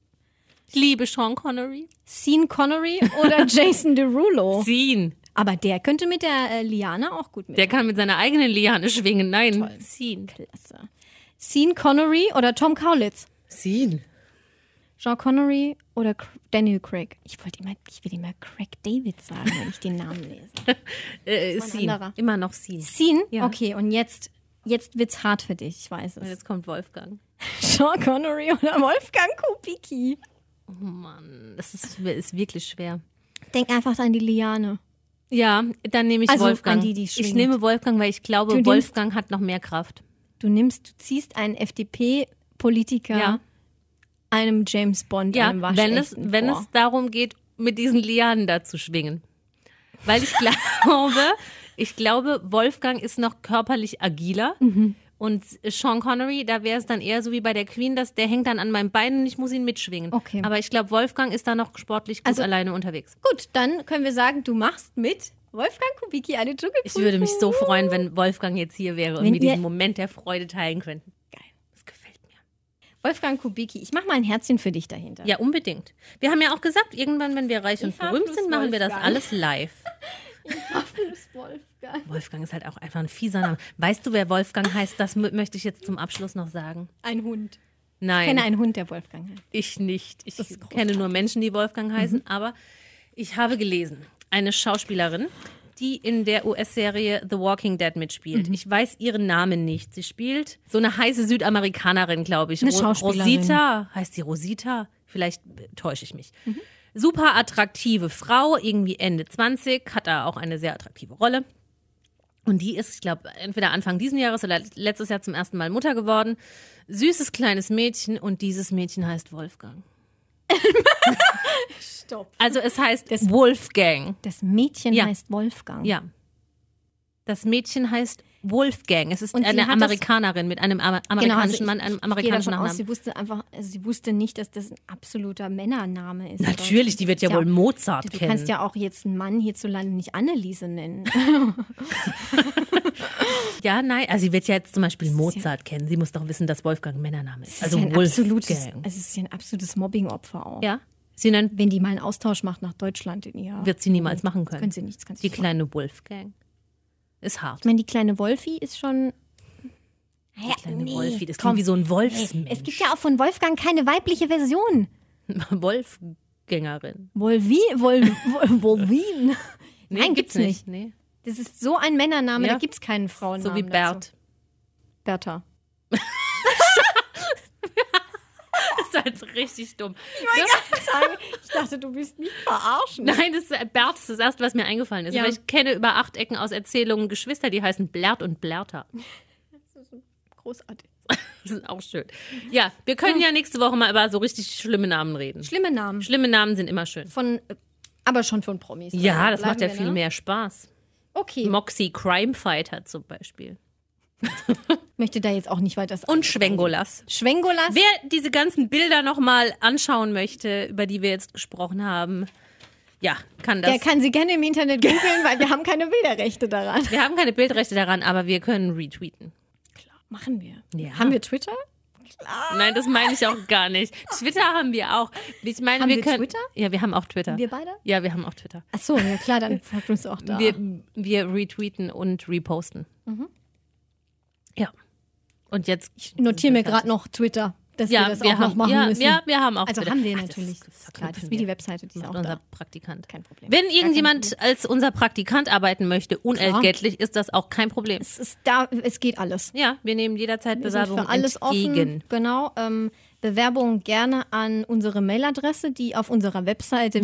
C: Ich liebe Sean Connery.
B: Sean Connery [LAUGHS] oder Jason Derulo?
C: Sean.
B: Aber der könnte mit der äh, Liana auch gut mit.
C: Der kann mit seiner eigenen Liane schwingen. Nein, Sean.
B: Klasse. Sean Connery oder Tom Kaulitz?
C: Sean.
B: Sean Connery oder Cr- Daniel Craig? Ich wollte immer, ich will immer Craig David sagen, wenn ich den Namen lese.
C: Äh,
B: Das war ein
C: Sean.
B: anderer.
C: Immer noch
B: [LAUGHS]
C: Sean.
B: Sean?
C: Ja.
B: Okay, und jetzt, jetzt wird's hart für dich, ich weiß es.
C: Jetzt kommt Wolfgang.
B: Sean Connery oder Wolfgang Kubicki?
C: Oh Mann, das ist, ist wirklich schwer.
B: Denk einfach an die Liane.
C: Ja, dann nehme ich
B: Also,
C: Wolfgang.
B: an die, die
C: ich
B: schwingt.
C: nehme Wolfgang, weil ich glaube,
B: Du nimmst-
C: Wolfgang hat noch mehr Kraft.
B: Du nimmst, du ziehst einen FDP-Politiker
C: Ja.
B: einem James Bond,
C: Ja,
B: einem
C: wenn es,
B: Waschechten
C: wenn
B: vor.
C: es darum geht, mit diesen Lianen da zu schwingen. Weil ich [LAUGHS] glaube, ich glaube, Wolfgang ist noch körperlich agiler. Und Sean Connery, da wäre es dann eher so wie bei der Queen, dass der hängt dann an meinem Bein und ich muss ihn mitschwingen.
B: Okay.
C: Aber ich glaube, Wolfgang ist da noch sportlich gut
B: Also-
C: alleine unterwegs.
B: Gut, dann können wir sagen, du machst mit Wolfgang Kubicki eine Dschungelprüfung.
C: Ich würde mich so freuen, wenn Wolfgang jetzt hier wäre und
B: Wenn
C: wir diesen
B: ihr-
C: Moment der Freude teilen könnten. Geil. Das gefällt mir.
B: Wolfgang Kubicki, ich mache mal ein Herzchen für dich dahinter.
C: Ja, unbedingt. Wir haben ja auch gesagt, irgendwann, wenn wir reich und
B: Eva
C: berühmt
B: plus
C: sind, machen wir das
B: Wolfgang. [LAUGHS]
C: alles live.
B: Wolfgang.
C: Wolfgang ist halt auch einfach ein fieser Name. Weißt du, wer Wolfgang heißt? Das mö- möchte ich jetzt zum Abschluss noch sagen.
B: Ein Hund. Ich
C: Nein,
B: kenne einen Hund, der Wolfgang heißt.
C: ich nicht. Ich
B: Das ist großartig. Mhm.
C: kenne nur Menschen, die Wolfgang heißen, aber ich habe gelesen, eine Schauspielerin, die in der US-Serie The Walking Dead mitspielt.
B: Mhm.
C: Ich weiß ihren Namen nicht. Sie spielt so eine heiße Südamerikanerin, glaube ich.
B: Eine
C: Ro-
B: Schauspielerin.
C: Rosita, heißt sie Rosita? Vielleicht äh, täusche ich mich.
B: Mhm.
C: Super attraktive Frau, irgendwie Ende 20, hat da auch eine sehr attraktive Rolle. Und die ist, ich glaube, entweder Anfang diesen Jahres oder letztes Jahr zum ersten Mal Mutter geworden. Süßes kleines Mädchen und dieses Mädchen heißt Wolfgang.
B: [LAUGHS] Stopp.
C: Also es heißt Wolfgang.
B: Das Mädchen
C: Ja.
B: heißt Wolfgang.
C: Ja. Das Mädchen heißt Wolfgang. Es ist
B: Und sie
C: eine
B: hat das-
C: Amerikanerin mit einem Amer
B: Genau,
C: amerikanischen
B: also ich-
C: Mann, einem
B: Ich gehe
C: amerikanischen
B: davon aus,
C: Nachnamen.
B: sie wusste einfach, also sie wusste nicht, dass das ein absoluter Männername ist.
C: Natürlich, die wird ja, wohl Mozart
B: Du
C: kennen.
B: kannst ja auch jetzt einen Mann hierzulande nicht Anneliese nennen.
C: ja, nein, also sie wird ja jetzt zum Beispiel Mozart kennen. Sie muss doch wissen, dass Wolfgang ein Männername ist. Also
B: das ist ja ein absolutes,
C: Wolfgang.
B: also es ist ja ein absolutes Mobbingopfer auch.
C: Ja, sie nennt,
B: Wenn die mal einen Austausch macht nach Deutschland in ihr.
C: wird sie niemals machen
B: Können
C: können.
B: sie nichts, kann sie
C: Die
B: nicht.
C: kleine Wolfgang ist hart.
B: Ich meine, die kleine Wolfi ist schon. Ja,
C: kleine Wolfi, das klingt wie so ein Wolfsmensch.
B: Es gibt ja auch von Wolfgang keine weibliche Version.
C: [LAUGHS] Wolfgängerin.
B: Wolvi,
C: [LAUGHS]
B: Wol, Wol- Wolvin.
C: Nee,
B: Nein, gibt's nicht.
C: Nee.
B: Das ist so ein Männername,
C: Ja. [LAUGHS]
B: da gibt's keinen Frauennamen.
C: So wie
B: dazu.
C: Bert.
B: Bertha.
C: halt richtig dumm.
B: Oh Ich dachte, du willst mich verarschen.
C: Nein, das ist Bert, das ist das erste, was mir eingefallen ist.
B: Ja.
C: Weil ich kenne über acht Ecken aus Erzählungen Geschwister, die heißen Blert
B: [LAUGHS]
C: und Blerter.
B: Großartig.
C: Die sind auch schön. Ja, wir können ja nächste Woche mal über so richtig schlimme Namen reden.
B: Schlimme Namen.
C: Schlimme Namen sind immer schön.
B: Von, äh, aber schon von Promis.
C: Ja,
B: Also
C: das
B: bleiben
C: macht ja
B: wir,
C: viel
B: ne?
C: mehr Spaß.
B: Okay.
C: Moxie Crime Fighter zum Beispiel.
B: Ich möchte da jetzt auch nicht weiter.
C: Und Schwengolas.
B: Schwengolas.
C: Wer diese ganzen Bilder nochmal anschauen möchte, über die wir jetzt gesprochen haben, ja, kann
B: Der
C: das.
B: kann sie gerne im
C: [LAUGHS]
B: Internet googeln, weil wir haben keine Bilderrechte daran.
C: wir haben keine Bildrechte daran, aber wir können retweeten.
B: Machen wir.
C: Ja.
B: Haben wir Twitter?
C: Nein, das meine ich auch gar nicht. Twitter haben wir auch. Ich meine,
B: Haben
C: wir
B: wir
C: können.
B: Twitter?
C: Ja, wir haben auch Twitter.
B: Wir beide?
C: ja, wir haben auch Twitter.
B: Ach so, ja klar, dann folgt uns auch da. Mhm.
C: Wir, wir retweeten und reposten. Ja. Und jetzt.
B: Notieren mir gerade noch Twitter, dass wir
C: Ja,
B: das
C: wir,
B: auch
C: haben,
B: noch machen
C: ja,
B: müssen.
C: ja, wir haben auch.
B: also
C: Twitter.
B: haben wir
C: Ach, das
B: natürlich. Das ist klar, das ist wie die Webseite, die ist auch
C: macht unser
B: da.
C: Praktikant.
B: Kein Problem.
C: Wenn irgendjemand als unser Praktikant arbeiten möchte, unentgeltlich, ist das auch kein Problem.
B: Es ist da, es geht alles.
C: Ja, wir nehmen jederzeit
B: Wir sind
C: Bewerbungen
B: für alles
C: entgegen.
B: offen. Genau. Ähm, Bewerbungen gerne an unsere Mailadresse, die auf unserer
C: [LAUGHS]
B: Seite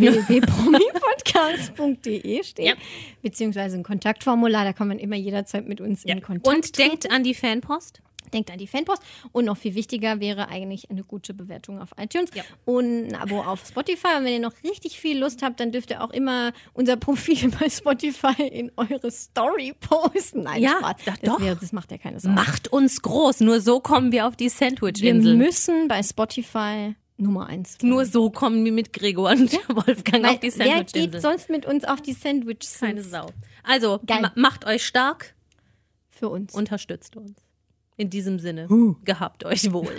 B: www.promipodcast.de steht.
C: Ja.
B: Beziehungsweise ein Kontaktformular, da kann man immer jederzeit mit uns in Kontakt.
C: Und denkt an die Fanpost.
B: Denkt an die Fanpost. Und noch viel wichtiger wäre eigentlich eine gute Bewertung auf iTunes
C: Ja.
B: und ein Abo auf Spotify. Und wenn ihr noch richtig viel Lust habt, dann dürft ihr auch immer unser Profil [LAUGHS] bei Spotify in eure Story posten. Nein,
C: Ja,
B: Spaß.
C: doch,
B: Das,
C: doch.
B: wäre- das macht ja keine Sorge.
C: Macht uns groß. Nur so kommen wir auf die
B: wir
C: Sandwich-Insel.
B: müssen bei Spotify Nummer eins.
C: Nur so kommen wir mit Gregor und Wolfgang
B: Weil
C: auf die
B: wer geht
C: Sandwich-Insel.
B: sonst mit uns auf die Sandwich
C: Keine Sau. Also,
B: Geil.
C: ma macht euch stark,
B: für uns?
C: unterstützt uns. In diesem Sinne, gehabt euch wohl.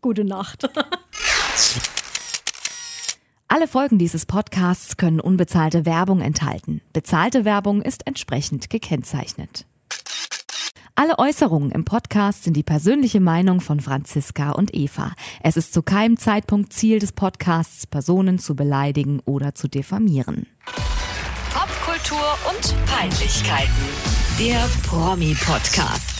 B: gute Nacht.
A: Alle Folgen dieses Podcasts können unbezahlte Werbung enthalten. Bezahlte Werbung ist entsprechend gekennzeichnet. Alle Äußerungen im Podcast sind die persönliche Meinung von Franziska und Eva. Es ist zu keinem Zeitpunkt Ziel des Podcasts, Personen zu beleidigen oder zu diffamieren. Popkultur und Peinlichkeiten. Der Promi-Podcast.